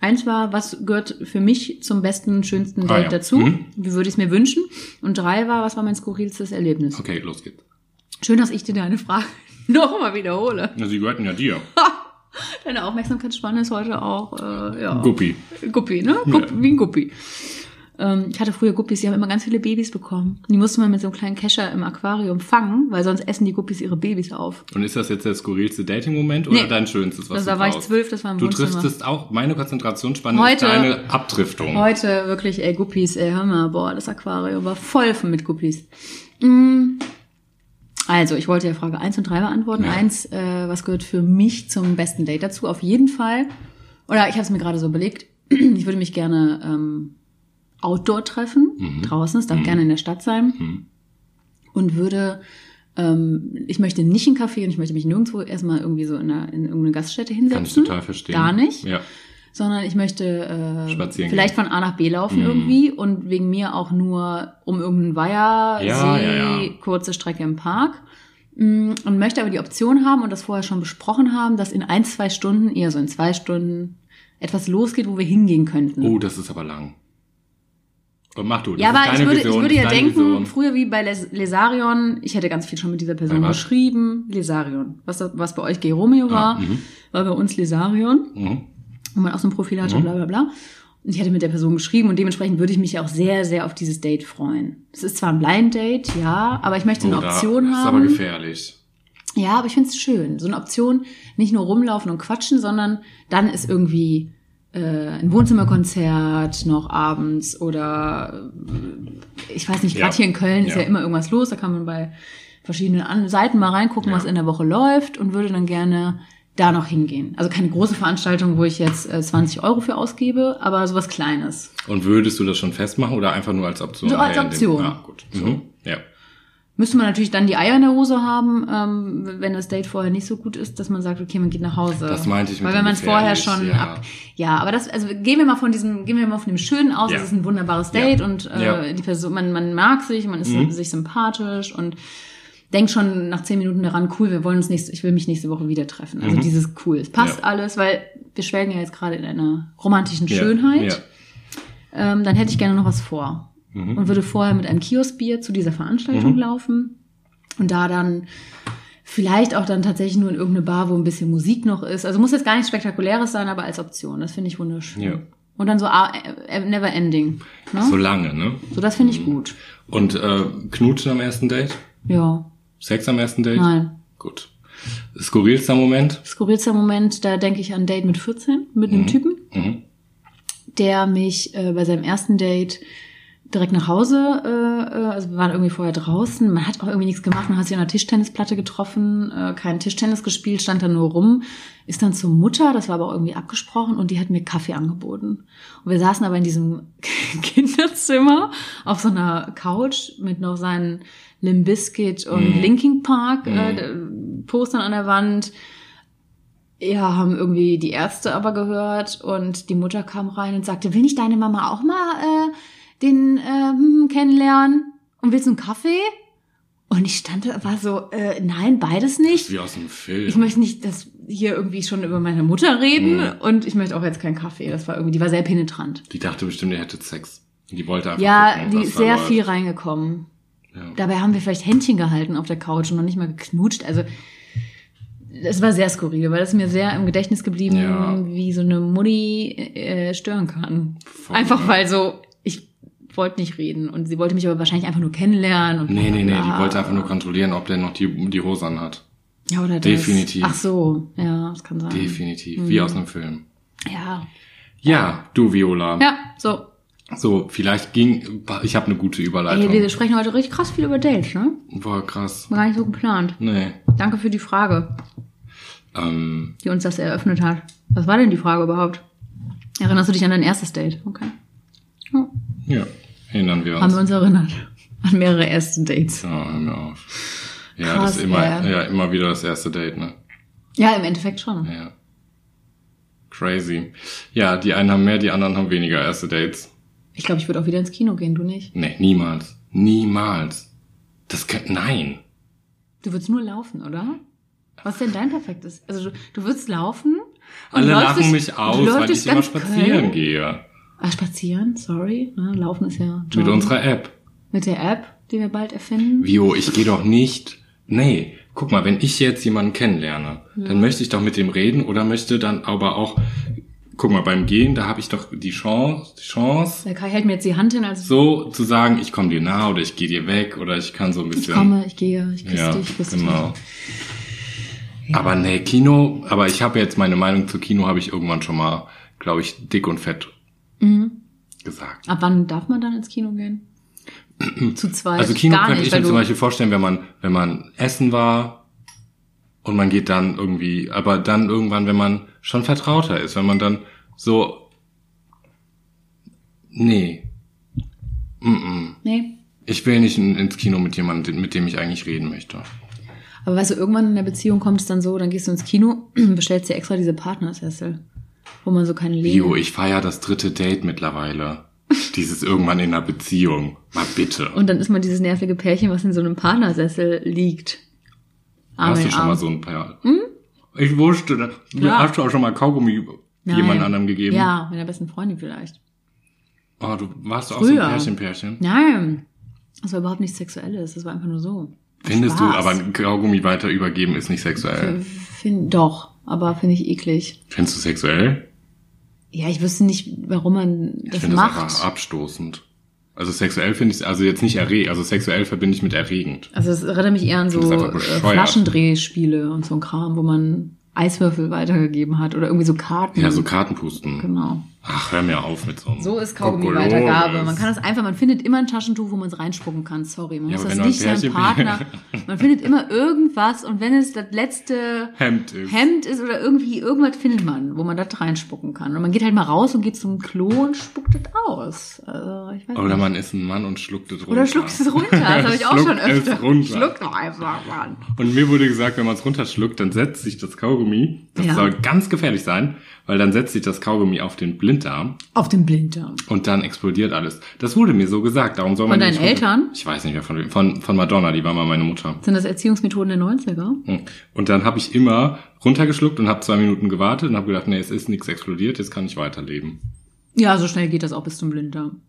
D: Eins war, was gehört für mich zum besten, schönsten Date
C: ja.
D: dazu?
C: Mhm.
D: Wie würde ich es mir wünschen? Und drei war, was war mein skurrilstes Erlebnis?
C: Okay, los geht's.
D: Schön, dass ich dir deine Frage nochmal wiederhole.
C: Na, Sie gehörten ja dir.
D: Deine Aufmerksamkeitsspanne ist heute auch, äh, ja.
C: Guppi.
D: Guppi, ne? Gupp, Wie ein Guppi. Ähm, ich hatte früher Guppis, die haben immer ganz viele Babys bekommen. Die musste man mit so einem kleinen Kescher im Aquarium fangen, weil sonst essen die Guppis ihre Babys auf.
C: Und ist das jetzt der skurrilste Dating-Moment oder
D: Nee.
C: dein schönstes, was
D: Also
C: du
D: da war ich
C: brauchst?
D: zwölf, das war im
C: Du
D: Wohnzimmer.
C: driftest auch, meine Konzentrationsspanne ist
D: Heute-
C: deine Abdriftung.
D: Heute wirklich, ey, Guppies, ey, hör mal, boah, das Aquarium war voll von mit Guppies. Mm. Also, ich wollte ja Frage eins und drei beantworten.
C: Ja.
D: Eins, äh, was gehört für mich zum besten Date dazu? Auf jeden Fall, oder ich habe es mir gerade so überlegt, ich würde mich gerne ähm, outdoor treffen,
C: Mhm.
D: draußen, es darf gerne in der Stadt sein. Und würde, ähm, ich möchte nicht in einen Café und ich möchte mich nirgendwo erstmal irgendwie so in, einer, in irgendeine Gaststätte hinsetzen.
C: Kann ich total verstehen.
D: Gar nicht
C: Ja.
D: sondern ich möchte äh,
C: Spazieren
D: vielleicht von A nach B laufen
C: Mhm.
D: irgendwie und wegen mir auch nur um irgendeinen Weiher,
C: Ja,
D: See,
C: ja, ja.
D: kurze Strecke im Park. Mm, Und möchte aber die Option haben und das vorher schon besprochen haben, dass in ein, zwei Stunden, eher so in zwei Stunden, etwas losgeht, wo wir hingehen könnten.
C: Oh, das ist aber lang. Und mach du. Das
D: ja,
C: ist
D: aber ich
C: deine
D: würde,
C: Vision,
D: ich würde
C: das
D: ja
C: ist deine
D: denken,
C: Vision.
D: früher wie bei Les Lesarion, ich hätte ganz viel schon mit dieser Person
C: Bei was? Ah,
D: geschrieben. Lesarion. Was, das- was bei euch G. Romeo war, war bei uns Lesarion.
C: Mhm.
D: wo man auch so ein Profil hatte, bla bla bla. Und ich hatte mit der Person geschrieben und dementsprechend würde ich mich auch sehr, sehr auf dieses Date freuen. Es ist zwar ein Blind Date, ja, aber ich möchte eine
C: Oh, da-
D: Option
C: das ist aber
D: haben.
C: gefährlich.
D: ja, aber ich finde es schön. So eine Option, nicht nur rumlaufen und quatschen, sondern dann ist irgendwie äh, ein Wohnzimmerkonzert noch abends oder äh, ich weiß nicht, gerade
C: Ja.
D: hier in Köln ist
C: Ja.
D: ja immer irgendwas los, da kann man bei verschiedenen An Seiten mal reingucken,
C: Ja.
D: was in der Woche läuft und würde dann gerne da noch hingehen. Also keine große Veranstaltung, wo ich jetzt äh, 20 Euro für ausgebe, aber sowas Kleines.
C: Und würdest du das schon festmachen oder einfach nur als Option?
D: So als
C: Ja, in dem-
D: Option.
C: Ah, gut. Mhm. Ja.
D: Müsste man natürlich dann die Eier in der Hose haben, ähm, wenn das Date vorher nicht so gut ist, dass man sagt, okay, man geht nach Hause.
C: Das meinte ich mit
D: Weil
C: dem
D: wenn man es vorher
C: gefährlich,
D: schon
C: ja.
D: ab. Ja, aber das, also gehen wir mal von diesem, gehen wir mal von dem Schönen aus,
C: Ja.
D: es ist ein wunderbares
C: Ja.
D: Date und äh,
C: Ja. Mhm.
D: die Person, man, man mag sich, man ist sich sympathisch und denkt schon nach zehn Minuten daran, cool, wir wollen uns nächste, ich will mich nächste Woche wieder treffen. Also
C: Mhm.
D: dieses cool. Es passt
C: Ja.
D: alles, weil wir schwelgen ja jetzt gerade in einer romantischen
C: Ja.
D: Schönheit
C: Ja.
D: ähm, dann hätte ich gerne noch was vor.
C: Mhm.
D: Und würde vorher mit einem Kioskbier zu dieser Veranstaltung laufen und da dann vielleicht auch dann tatsächlich nur in irgendeine Bar, wo ein bisschen Musik noch ist. Also muss jetzt gar nichts Spektakuläres sein, aber als Option. Das finde ich wunderschön.
C: Ja.
D: Und dann so ah, äh, äh, never ending. Ne?
C: So
D: So,
C: lange, ne?
D: das finde ich gut.
C: Und äh, knutschen am ersten Date?
D: Ja.
C: Sex am ersten Date?
D: Nein.
C: Gut. Skurrilster Moment?
D: Skurrilster Moment, da denke ich an ein Date mit 14, mit einem Typen,
C: Mhm.
D: der mich äh, bei seinem ersten Date direkt nach Hause, äh, äh, also wir waren irgendwie vorher draußen, man hat auch irgendwie nichts gemacht, man hat sich an einer Tischtennisplatte getroffen, äh, kein Tischtennis gespielt, stand da nur rum, ist dann zur Mutter, das war aber auch irgendwie abgesprochen und die hat mir Kaffee angeboten. Und wir saßen aber in diesem Kinderzimmer auf so einer Couch mit noch seinen Limp Bizkit und Linkin Park äh, Postern an der Wand. Ja, haben irgendwie die Ärzte aber gehört und die Mutter kam rein und sagte, will nicht deine Mama auch mal äh, den ähm, kennenlernen? Und willst du einen Kaffee? Und ich stand da, war so, äh, nein, beides nicht.
C: Wie aus dem Film.
D: Ich möchte nicht, dass hier irgendwie schon über meine Mutter reden und ich möchte auch jetzt keinen Kaffee. Das war irgendwie, die war sehr penetrant.
C: Die dachte bestimmt, er hätte Sex. Die wollte einfach
D: Ja,
C: gucken,
D: die
C: was
D: ist
C: da
D: sehr
C: läuft.
D: viel reingekommen.
C: Ja.
D: Dabei haben wir vielleicht Händchen gehalten auf der Couch und noch nicht mal geknutscht. Also es war sehr skurril, weil das mir sehr im Gedächtnis geblieben,
C: Ja.
D: wie so eine Mutti äh, stören kann.
C: Voll,
D: einfach
C: ja.
D: weil so, ich wollte nicht reden und sie wollte mich aber wahrscheinlich einfach nur kennenlernen. Und
C: Nee, nee, nee,
D: bla.
C: die wollte einfach nur kontrollieren, ob der noch die, die Hose anhat.
D: Ja, oder das.
C: Definitiv.
D: Ach so, ja, das kann sein.
C: Definitiv, wie
D: Mhm.
C: aus einem Film.
D: Ja,
C: Ja, du Viola.
D: ja, so.
C: So, vielleicht ging, ich habe eine gute
D: Ey,
C: Überleitung.
D: wir sprechen heute richtig krass viel über Dates, ne?
C: Boah, krass.
D: War gar nicht so geplant.
C: Nee.
D: Danke für die Frage,
C: Ähm,
D: die uns das eröffnet hat. Was war denn die Frage überhaupt? Erinnerst du dich an dein erstes Date? Okay. Ja.
C: ja, erinnern wir uns.
D: Haben wir uns erinnert. An mehrere erste Dates.
C: ja, hör mir auf. Ja,
D: Krass,
C: das ist immer,
D: ey.
C: ja, immer wieder das erste Date, ne?
D: Ja, im Endeffekt schon.
C: Ja. Crazy. Ja, die einen haben mehr, die anderen haben weniger erste Dates.
D: Ich glaube, ich würde auch wieder ins Kino gehen, du nicht.
C: Nee, niemals. Niemals. Das kann, nein.
D: Du würdest nur laufen, oder? Was denn dein perfektes? Also du, du würdest laufen. und
C: Alle
D: läufst
C: lachen
D: durch-
C: mich
D: du
C: aus,
D: läufst
C: weil
D: durch
C: ich immer
D: ganz
C: spazieren
D: Köln.
C: gehe.
D: Ah, spazieren, sorry. Ne, laufen ist ja
C: Mit
D: joggen.
C: unserer App.
D: Mit der App, die wir bald erfinden.
C: Vio, ich gehe doch nicht. Nee, guck mal, wenn ich jetzt jemanden kennenlerne, dann möchte ich doch mit dem reden oder möchte dann aber auch, guck mal, beim Gehen, da habe ich doch die Chance, die Chance,
D: Der Kai hält mir jetzt die Hand hin, also als
C: so zu sagen, ich komme dir nah oder ich gehe dir weg oder ich kann so ein
D: ich
C: bisschen.
D: komme, ich gehe, ich küsse
C: ja,
D: dich, ich küsse
C: genau. Aber nee, Kino, aber ich habe jetzt meine Meinung zu Kino habe ich irgendwann schon mal, glaube ich, dick und fett
D: Mhm.
C: gesagt.
D: dich. Ab wann darf man dann ins Kino gehen? Zu zweit?
C: Also Kino
D: Gar
C: könnte
D: nicht,
C: ich
D: weil
C: mir
D: du-
C: zum Beispiel vorstellen, wenn man, wenn man essen war und man geht dann irgendwie, aber dann irgendwann, wenn man schon vertrauter ist, wenn man dann so, nee,
D: Nee.
C: ich will nicht in, ins Kino mit jemandem, mit dem ich eigentlich reden möchte.
D: Aber weißt du, irgendwann in der Beziehung kommt es dann so, dann gehst du ins Kino, bestellst dir extra diese Partnersessel, wo man so keine Lehne...
C: Jo, ich feier das dritte Date mittlerweile. Dieses irgendwann in einer Beziehung. Mal bitte.
D: Und dann ist man dieses nervige Pärchen, was in so einem Partnersessel liegt. Arm
C: hast
D: in
C: du schon
D: Arm.
C: mal so ein paar?
D: Hm?
C: Ich wusste, da,
D: Klar.
C: hast du auch schon mal Kaugummi
D: Nein.
C: jemand anderem gegeben?
D: Ja, meiner besten Freundin vielleicht.
C: Oh, du warst auch so ein
D: Früher.
C: Pärchen-Pärchen.
D: Nein, das war überhaupt nichts Sexuelles, das war einfach nur so.
C: Findest
D: Spaß.
C: du, aber ein Kaugummi weiter übergeben ist nicht sexuell.
D: Find, doch, aber finde ich eklig.
C: Findest du sexuell?
D: Ja, ich wüsste nicht, warum man
C: Ich
D: das
C: finde das
D: macht.
C: einfach abstoßend. Also sexuell finde ich also jetzt nicht erregend, also sexuell verbinde ich mit erregend.
D: also es erinnert mich eher an so
C: finde das einfach
D: äh,
C: bescheuert.
D: Flaschendrehspiele und so ein Kram, wo man Eiswürfel weitergegeben hat oder irgendwie so Karten.
C: Ja, so Kartenpusten.
D: Mhm. genau.
C: Ach, hör mir auf mit so einem
D: So ist
C: Kokolores.
D: Kaugummi-Weitergabe. Man kann das einfach, man findet immer ein Taschentuch, wo man es reinspucken kann. Sorry, man
C: Ja,
D: muss
C: aber
D: das
C: wenn du
D: nicht
C: ein
D: seinem
C: Pärchen
D: Partner. Man findet immer irgendwas und wenn es das letzte
C: Hemd ist.
D: Hemd ist oder irgendwie irgendwas findet man, wo man das reinspucken kann. Und man geht halt mal raus und geht zum Klo und spuckt das aus. Also, ich weiß
C: Oder
D: nicht.
C: man ist ein Mann und schluckt es runter.
D: Oder schluckst es runter. Das habe ich auch schon
C: Schluckt es
D: öfter.
C: runter.
D: Schluck doch einfach, Mann.
C: Und mir wurde gesagt, wenn man es runterschluckt, dann setzt sich das Kaugummi, das
D: Ja.
C: soll ganz gefährlich sein, weil dann setzt sich das Kaugummi auf den Blinddarm
D: Auf dem Blinddarm.
C: und dann explodiert alles. Das wurde mir so gesagt, darum soll
D: Von
C: man
D: deinen
C: nicht runter-
D: Eltern?
C: Ich weiß nicht mehr, von, wem. von, von Madonna, die war mal meine Mutter.
D: Sind das Erziehungsmethoden der 90er?
C: Hm. Und dann habe ich immer runtergeschluckt und habe zwei Minuten gewartet und habe gedacht, nee, es ist nichts explodiert, jetzt kann ich weiterleben.
D: Ja, so schnell geht das auch bis zum Blinddarm.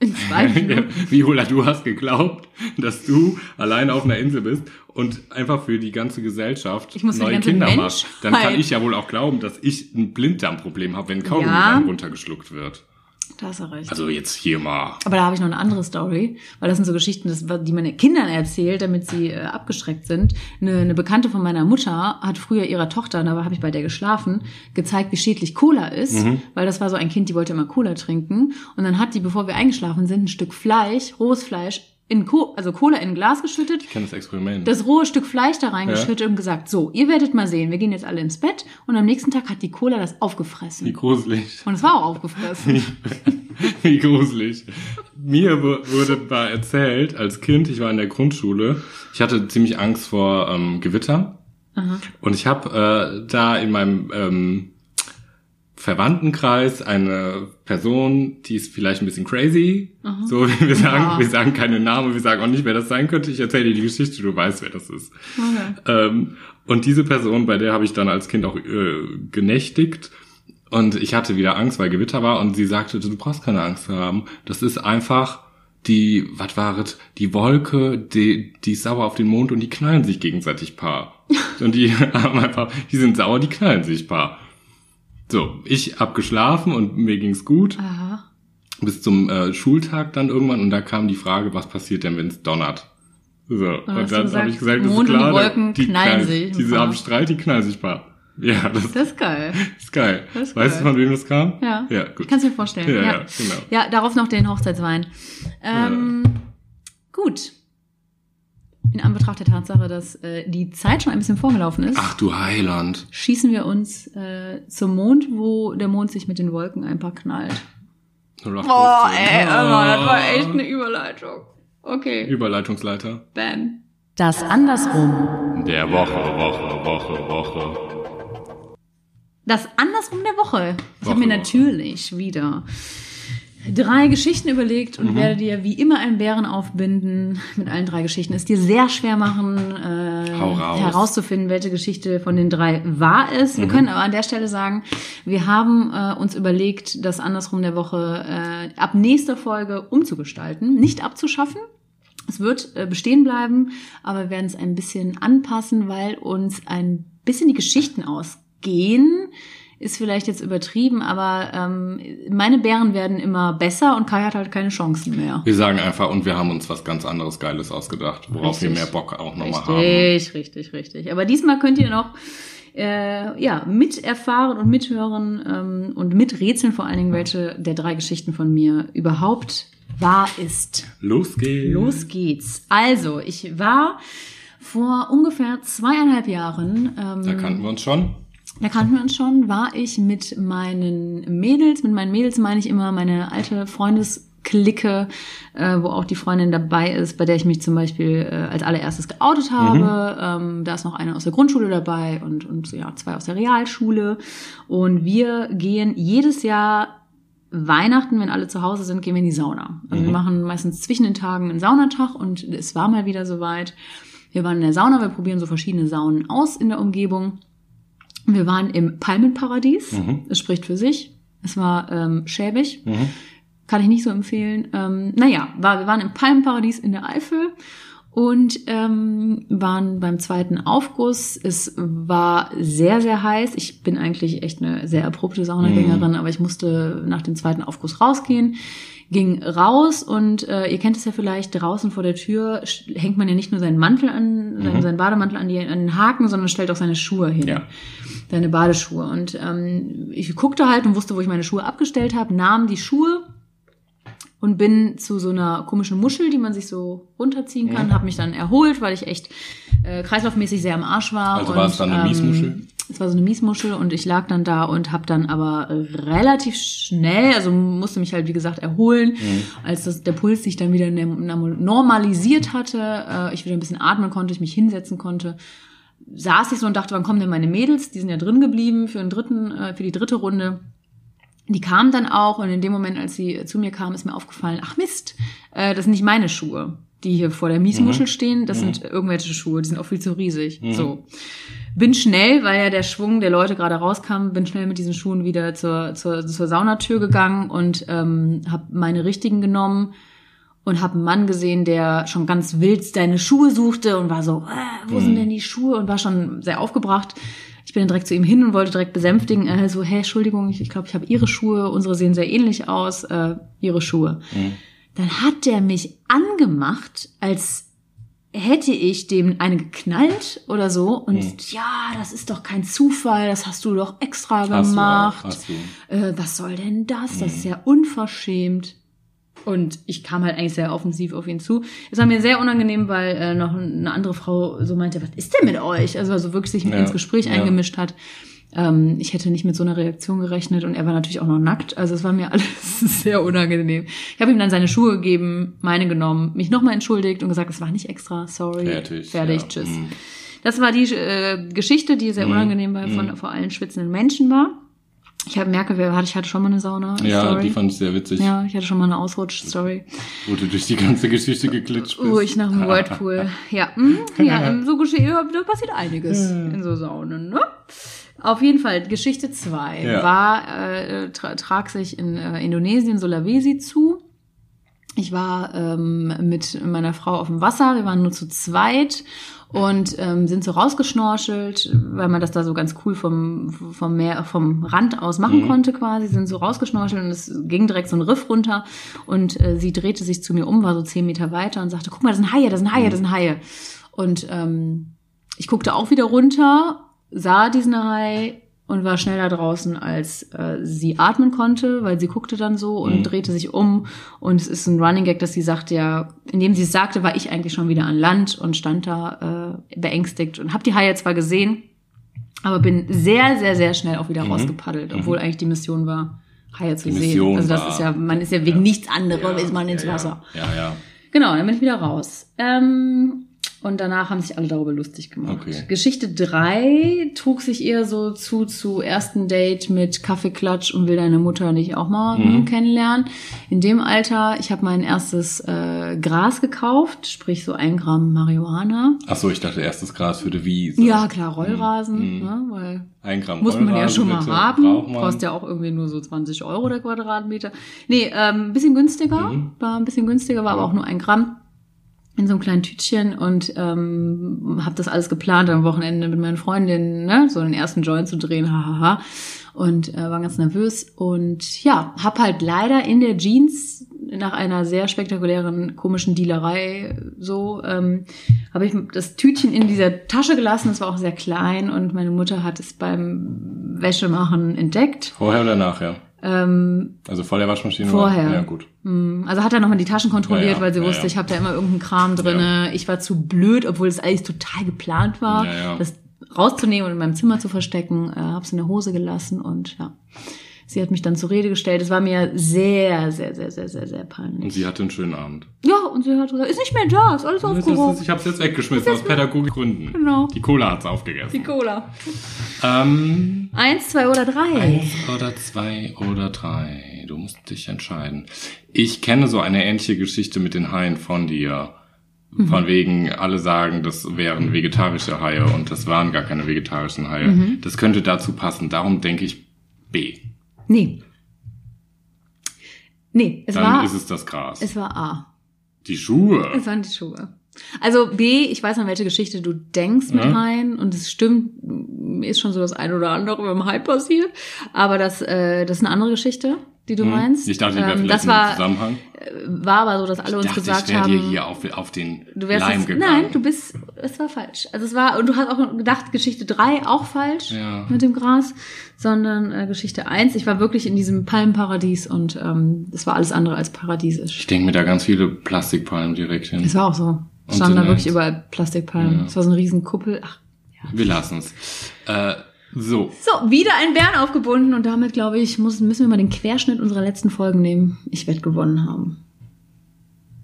D: In zwei Minuten.
C: Viola, du hast geglaubt, dass du allein auf einer Insel bist und einfach für die ganze Gesellschaft
D: Ich muss für die
C: neue
D: ganze
C: Kinder machst. Dann kann
D: Menschheit.
C: ich ja wohl auch glauben, dass ich ein Blinddarmproblem habe, wenn Kaugummi
D: Ja.
C: dann runtergeschluckt wird.
D: Da hast du recht.
C: Also jetzt hier mal.
D: Aber da habe ich noch eine andere Story, weil das sind so Geschichten, das, war- die meine Kindern erzählt, damit sie äh, abgeschreckt sind. Eine, eine Bekannte von meiner Mutter hat früher ihrer Tochter, da habe ich bei der geschlafen, gezeigt, wie schädlich Cola ist, weil das war so ein Kind, die wollte immer Cola trinken. Und dann hat die, bevor wir eingeschlafen sind, ein Stück Fleisch, rohes Fleisch, in Co also Cola in ein Glas geschüttet,
C: Ich kenne das Experiment.
D: das rohe Stück Fleisch da reingeschüttet und gesagt, so, ihr werdet mal sehen, wir gehen jetzt alle ins Bett und am nächsten Tag hat die Cola das
C: wie
D: aufgefressen.
C: gruselig.
D: Und es war auch aufgefressen.
C: Wie gruselig. Mir wu- wurde mal erzählt, als Kind, ich war in der Grundschule, ich hatte ziemlich Angst vor ähm, Gewitter. Und ich habe äh, da in meinem ähm, Verwandtenkreis eine Person, die ist vielleicht ein bisschen crazy. So, wir sagen,
D: Ja.
C: wir sagen keine Namen, wir sagen auch nicht, wer das sein könnte. Ich erzähle dir die Geschichte, du weißt, wer das ist. Ähm, Und diese Person, bei der habe ich dann als Kind auch äh, genächtigt. Und ich hatte wieder Angst, weil Gewitter war. Und sie sagte, du brauchst keine Angst haben. Das ist einfach die, was war es, die Wolke, die, die ist sauer auf den Mond und die knallen sich gegenseitig paar. Und die haben einfach, die sind sauer, die knallen sich paar. So, ich hab geschlafen und mir ging's gut
D: Aha.
C: bis zum äh, Schultag dann irgendwann und da kam die Frage, was passiert denn, wenn es donnert? So,
D: dann
C: und
D: hast du
C: dann
D: gesagt,
C: habe ich gesagt, das
D: Mond
C: ist
D: und die
C: klar, da-
D: Wolken knallen sich im
C: Diese
D: Paar.
C: haben Streit, die knallen sich paar. Ja, das
D: Das ist geil.
C: ist geil.
D: Das ist
C: weißt
D: geil.
C: du, von wem das kam?
D: Ja.
C: Ja, gut.
D: Kannst du mir vorstellen.
C: Ja,
D: Ja,
C: ja, genau.
D: Ja, darauf noch den Hochzeitswein. Ähm, Gut. In Anbetracht der Tatsache, dass äh, die Zeit schon ein bisschen vorgelaufen ist,
C: Ach du Heiland.
D: schießen wir uns äh, zum Mond, wo der Mond sich mit den Wolken ein paar knallt. Oh, ey, aber das war echt eine Überleitung. Okay,
C: Ah. Überleitungsleiter.
D: bam.
B: Das andersrum.
C: Der Woche, Woche, Woche, Woche.
D: Das Andersrum der Woche. Ich
C: Woche,
D: habe mir
C: Woche.
D: natürlich wieder drei Geschichten überlegt
C: Mhm.
D: und werde dir wie immer einen Bären aufbinden mit allen drei Geschichten. Es dir sehr schwer machen, äh,
C: Hau raus. Mhm.
D: herauszufinden, welche Geschichte von den drei wahr ist. Wir können aber an der Stelle sagen, wir haben äh, uns überlegt, das Andersrum der Woche äh, ab nächster Folge umzugestalten, nicht abzuschaffen. Es wird äh, bestehen bleiben, aber wir werden es ein bisschen anpassen, weil uns ein bisschen die Geschichten ausgehen. Ist vielleicht jetzt übertrieben, aber ähm, meine Bären werden immer besser und Kai hat halt keine Chancen mehr.
C: Wir sagen einfach, und wir haben uns was ganz anderes Geiles ausgedacht, worauf wir
D: Richtig.
C: mehr Bock auch nochmal haben. ne?
D: Richtig, richtig, richtig. Aber diesmal könnt ihr noch äh, ja, miterfahren und mithören ähm, und miträtseln vor allen Dingen, welche der drei Geschichten von mir überhaupt wahr ist.
C: Los geht's.
D: Los geht's. Also, ich war vor ungefähr zweieinhalb Jahren, ähm,
C: Da kannten wir uns schon.
D: da kannten wir uns schon, war ich mit meinen Mädels, mit meinen Mädels meine ich immer meine alte Freundesklicke, äh, wo auch die Freundin dabei ist, bei der ich mich zum Beispiel äh, als allererstes geoutet habe. Ähm, da ist noch eine aus der Grundschule dabei und, und ja, zwei aus der Realschule. Und wir gehen jedes Jahr Weihnachten, wenn alle zu Hause sind, gehen wir in die Sauna. Also wir machen meistens zwischen den Tagen einen Saunatag und es war mal wieder soweit. Wir waren in der Sauna, wir probieren so verschiedene Saunen aus in der Umgebung. Wir waren im Palmenparadies. Es spricht für sich. Es war ähm, schäbig. Kann ich nicht so empfehlen. Ähm, naja, war, wir waren im Palmenparadies in der Eifel und ähm, waren beim zweiten Aufguss. Es war sehr, sehr heiß. Ich bin eigentlich echt eine sehr erprobte Saunagängerin, aber ich musste nach dem zweiten Aufguss rausgehen ging raus und äh, ihr kennt es ja vielleicht, draußen vor der Tür sch- hängt man ja nicht nur seinen Mantel an, seinen, seinen Bademantel an, die, an den Haken, sondern stellt auch seine Schuhe hin
C: Ja.
D: deine Badeschuhe. Und ähm, ich guckte halt und wusste, wo ich meine Schuhe abgestellt habe, nahm die Schuhe und bin zu so einer komischen Muschel, die man sich so runterziehen
C: Mhm.
D: kann, habe mich dann erholt, weil ich echt äh, kreislaufmäßig sehr am Arsch war.
C: Also
D: und, ähm,
C: war es dann eine Miesmuschel?
D: Es war so eine Miesmuschel und ich lag dann da und habe dann aber relativ schnell, also musste mich halt wie gesagt erholen,
C: Mhm.
D: als das, der Puls sich dann wieder ne- normalisiert hatte, äh, ich wieder ein bisschen atmen konnte, ich mich hinsetzen konnte saß ich so und dachte, wann kommen denn meine Mädels? Die sind ja drin geblieben für den dritten, äh, für die dritte Runde. Die kamen dann auch und in dem Moment, als sie äh, zu mir kamen, ist mir aufgefallen, ach Mist, äh, das sind nicht meine Schuhe, die hier vor der Miesmuschel stehen, das sind irgendwelche Schuhe, die sind auch viel zu riesig. So. Bin schnell, weil ja der Schwung der Leute gerade rauskam, bin schnell mit diesen Schuhen wieder zur, zur, zur Saunatür gegangen und ähm, habe meine richtigen genommen und habe einen Mann gesehen, der schon ganz wild seine Schuhe suchte und war so, äh, wo
C: Mhm.
D: sind denn die Schuhe? Und war schon sehr aufgebracht. Ich bin dann direkt zu ihm hin und wollte direkt besänftigen, äh, so, hey, Entschuldigung, ich, ich glaube, ich habe ihre Schuhe, unsere sehen sehr ähnlich aus, äh, ihre Schuhe.
C: Mhm.
D: Dann hat der mich angemacht, als hätte ich dem eine geknallt oder so und
C: Mhm.
D: ja, das ist doch kein Zufall, das hast du doch extra
C: Hast du auch,
D: gemacht
C: hast du.
D: äh, was soll denn das? Das
C: Mhm.
D: ist ja unverschämt. Und ich kam halt eigentlich sehr offensiv auf ihn zu. Es war mir sehr unangenehm, weil äh, noch eine andere Frau so meinte, was ist denn mit euch? Also, also wirklich sich mit
C: Ja,
D: ins Gespräch
C: ja.
D: eingemischt hat. Ähm, ich hätte nicht mit so einer Reaktion gerechnet und er war natürlich auch noch nackt. Also es war mir alles sehr unangenehm. Ich habe ihm dann seine Schuhe gegeben, meine genommen, mich nochmal entschuldigt und gesagt, es war nicht extra, sorry.
C: Fertig,
D: Fertig,
C: ja.
D: tschüss.
C: Mhm. Mhm.
D: Das war die äh, Geschichte, die sehr unangenehm bei, von vor allen schwitzenden Menschen war. Ich hab, merke, wir- ich hatte schon mal eine Sauna.
C: Ja,
D: Story.
C: die fand ich sehr witzig,
D: ja, ich hatte schon mal eine Ausrutsch-Story.
C: wo du durch die ganze Geschichte geklitscht bist.
D: Wo ich nach dem Whirlpool. Ja, mm, ja im- so geschieht, da passiert einiges in so Saunen, ne? Auf jeden Fall, Geschichte 2
C: Ja.
D: war, äh, tra trag sich in äh, Indonesien, Sulawesi zu. Ich war ähm, mit meiner Frau auf dem Wasser, wir waren nur zu zweit und ähm, sind so rausgeschnorchelt, weil man das da so ganz cool vom, vom, Meer, vom Rand aus machen konnte quasi, sind so rausgeschnorchelt und es ging direkt so ein Riff runter und äh, sie drehte sich zu mir um, war so zehn Meter weiter und sagte, guck mal, das sind Haie, das sind Haie, das sind Haie. Und ähm, ich guckte auch wieder runter, sah diesen Hai und war schneller draußen, als äh, sie atmen konnte, weil sie guckte dann so und
C: Mhm.
D: drehte sich um. Und es ist ein Running Gag, dass sie sagte ja, indem sie es sagte, war ich eigentlich schon wieder an Land und stand da äh, beängstigt und habe die Haie zwar gesehen, aber bin sehr, sehr, sehr schnell auch wieder
C: Mhm.
D: rausgepaddelt, obwohl eigentlich die Mission war, Haie zu
C: Die
D: sehen.
C: Mission
D: also das
C: war-
D: ist ja, man ist ja wegen nichts anderem, ist man ins
C: ja,
D: Wasser.
C: Ja, ja. ja.
D: Genau, dann bin ich wieder raus. Ähm, und danach haben sich alle darüber lustig gemacht.
C: Okay.
D: Geschichte drei trug sich eher so zu, zu ersten Date mit Kaffeeklatsch und will deine Mutter nicht auch mal
C: Mhm.
D: hm, kennenlernen. In dem Alter, ich habe mein erstes äh, Gras gekauft, sprich so ein Gramm Marihuana.
C: Ach so, ich dachte, erstes Gras für die Wiese.
D: Ja, klar, Rollrasen,
C: Mhm.
D: ne, weil
C: Ein Gramm
D: muss man ja
C: Kohlrasen,
D: schon mal
C: bitte.
D: haben.
C: Braucht man.
D: Kostet ja auch irgendwie nur so 20 Euro der Quadratmeter. Nee, ähm, ein bisschen günstiger.
C: Mhm.
D: War ein bisschen günstiger, war aber auch nur ein Gramm in so einem kleinen Tütchen und ähm, habe das alles geplant am Wochenende mit meinen Freundinnen, ne, so den ersten Joint zu drehen, hahaha. Und äh, war ganz nervös und ja, hab halt leider in der Jeans nach einer sehr spektakulären komischen Dealerei so ähm, habe ich das Tütchen in dieser Tasche gelassen. Es war auch sehr klein und meine Mutter hat es beim Wäschemachen entdeckt.
C: Vorher oder nachher?
D: Ähm,
C: Also vor der Waschmaschine?
D: Vorher.
C: Oder? Ja, gut.
D: Mm, Also hat er nochmal die Taschen kontrolliert,
C: Ja, ja,
D: weil sie
C: ja,
D: wusste,
C: ja.
D: ich habe da immer irgendeinen Kram drinne. Ich war zu blöd, obwohl das alles total geplant war,
C: Ja, ja.
D: das rauszunehmen und in meinem Zimmer zu verstecken. Äh, habe es in der Hose gelassen und ja. Sie hat mich dann zur Rede gestellt. Es war mir sehr, sehr, sehr, sehr, sehr, sehr peinlich.
C: Und sie hatte einen schönen Abend.
D: Ja, und sie hat gesagt, ist nicht mehr da, ist alles
C: Das ist,
D: aufgehoben.
C: ich habe es jetzt weggeschmissen aus pädagogischen Gründen.
D: Genau.
C: Die Cola hat's aufgegessen.
D: Die Cola.
C: ähm,
D: Eins, zwei oder drei.
C: eins oder zwei oder drei. Du musst dich entscheiden. Ich kenne so eine ähnliche Geschichte mit den Haien von dir.
D: Mhm.
C: Von wegen, alle sagen, das wären vegetarische Haie und das waren gar keine vegetarischen Haie.
D: Mhm.
C: Das könnte dazu passen. Darum denke ich B.
D: Nee. Nee, es
C: Dann
D: war,
C: ist es das Gras.
D: es war A.
C: die Schuhe.
D: Es waren die Schuhe. Also B, ich weiß an welche Geschichte du denkst mit
C: Mhm.
D: Haien und es stimmt, m, ist schon so das eine oder andere beim Hai passiert, aber das, äh, das ist eine andere Geschichte, die du
C: Hm?
D: meinst.
C: Ich dachte, die wäre
D: Ähm,
C: vielleicht
D: das
C: im
D: war,
C: Zusammenhang.
D: war aber so, dass alle uns
C: dachte,
D: gesagt
C: ich wäre dir
D: haben,
C: hier auf, auf den
D: du wärst
C: Leim
D: jetzt,
C: gegangen.
D: nein, du bist, es war falsch. Also es war, und du hast auch gedacht, Geschichte 3 auch falsch
C: Ja.
D: mit dem Gras, sondern äh, Geschichte 1, ich war wirklich in diesem Palmenparadies und ähm, es war alles andere als paradiesisch.
C: Ich denke mir da ganz viele Plastikpalmen direkt hin.
D: Das war auch so.
C: Und
D: Standen da
C: Dünenhals.
D: wirklich überall Plastikpalmen.
C: Ja.
D: Es war so eine riesen Kuppel. Ach.
C: Wir lassen es. Äh, so,
D: So, wieder ein Bären aufgebunden und damit, glaube ich, muss, müssen wir mal den Querschnitt unserer letzten Folgen nehmen. Ich werde gewonnen haben.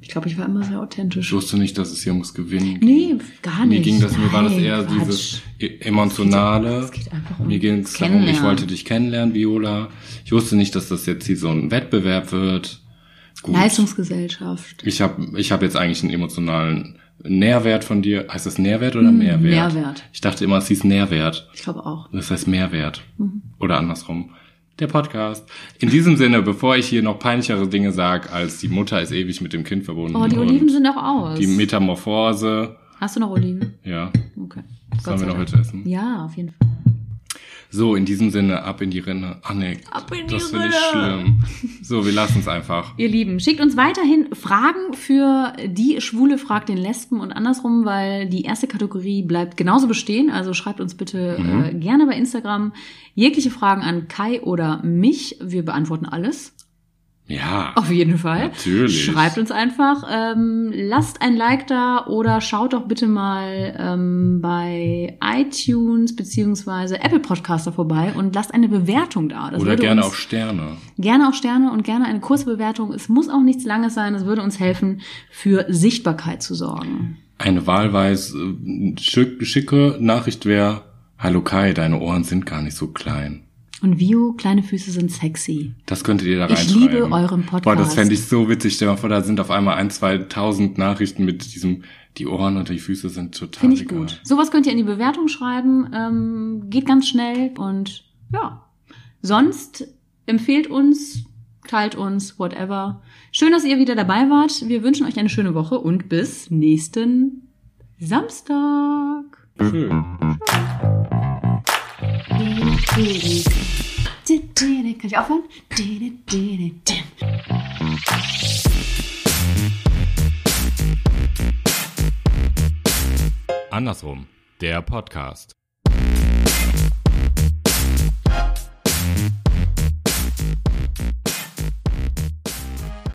D: Ich glaube, ich war immer sehr
C: ich
D: authentisch.
C: wusste nicht, dass es hier ums Gewinnen
D: Nee,
C: ging.
D: gar nicht.
C: Mir ging das, mir war das
D: Nein,
C: eher
D: Quatsch.
C: dieses e- emotionale.
D: Es geht einfach um
C: mir ging es darum,
D: Kennenlernen.
C: ich wollte dich kennenlernen, Viola. Ich wusste nicht, dass das jetzt hier so ein Wettbewerb wird. Gut.
D: Leistungsgesellschaft.
C: Ich habe ich hab jetzt eigentlich einen emotionalen Nährwert von dir. Heißt das Nährwert oder Mehrwert?
D: Hm, Mehrwert.
C: Ich dachte immer, es hieß Nährwert.
D: Ich glaube auch.
C: Das heißt Mehrwert.
D: Mhm.
C: Oder andersrum. Der Podcast. In diesem Sinne, bevor ich hier noch peinlichere Dinge sage, als die Mutter ist ewig mit dem Kind verbunden.
D: Oh, die
C: und
D: Oliven sind auch aus.
C: Die Metamorphose.
D: Hast du noch Oliven?
C: Ja.
D: Okay.
C: Sollen wir noch
D: Dank.
C: heute essen?
D: Ja, auf jeden Fall.
C: So, in diesem Sinne, ab in die Rinne. Ah, nee.
D: Ab in die
C: das finde ich
D: Rinne.
C: schlimm. So, wir lassen es einfach.
D: Ihr Lieben, schickt uns weiterhin Fragen für die Schwule fragt den Lesben und andersrum, weil die erste Kategorie bleibt genauso bestehen. Also schreibt uns bitte äh,
C: Mhm.
D: gerne bei Instagram jegliche Fragen an Kai oder mich. Wir beantworten alles.
C: Ja.
D: Auf jeden Fall.
C: Natürlich.
D: Schreibt uns einfach, ähm, lasst ein Like da oder schaut doch bitte mal ähm, bei iTunes beziehungsweise Apple Podcaster vorbei und lasst eine Bewertung da. Das
C: Oder
D: würde
C: gerne
D: uns
C: auch Sterne.
D: Gerne auch Sterne und gerne eine kurze Bewertung. Es muss auch nichts Langes sein. Es würde uns helfen, für Sichtbarkeit zu sorgen.
C: Eine wahlweise äh, schick, schicke Nachricht wäre, Hallo Kai, deine Ohren sind gar nicht so klein.
D: Und Vio, kleine Füße sind sexy.
C: Das könntet ihr da
D: Ich
C: reinschreiben.
D: liebe euren Podcast.
C: Boah, das fände ich so witzig. Stell mal vor, da sind auf einmal ein, zwei tausend Nachrichten mit diesem, die Ohren und die Füße sind total
D: Finde ich
C: egal.
D: gut. Sowas könnt ihr in die Bewertung schreiben. Ähm, geht ganz schnell. Und ja, sonst empfehlt uns, teilt uns, whatever. Schön, dass ihr wieder dabei wart. Wir wünschen euch eine schöne Woche und bis nächsten Samstag.
C: Schön.
D: Kann ich aufhören?
C: Andersrum, der Podcast.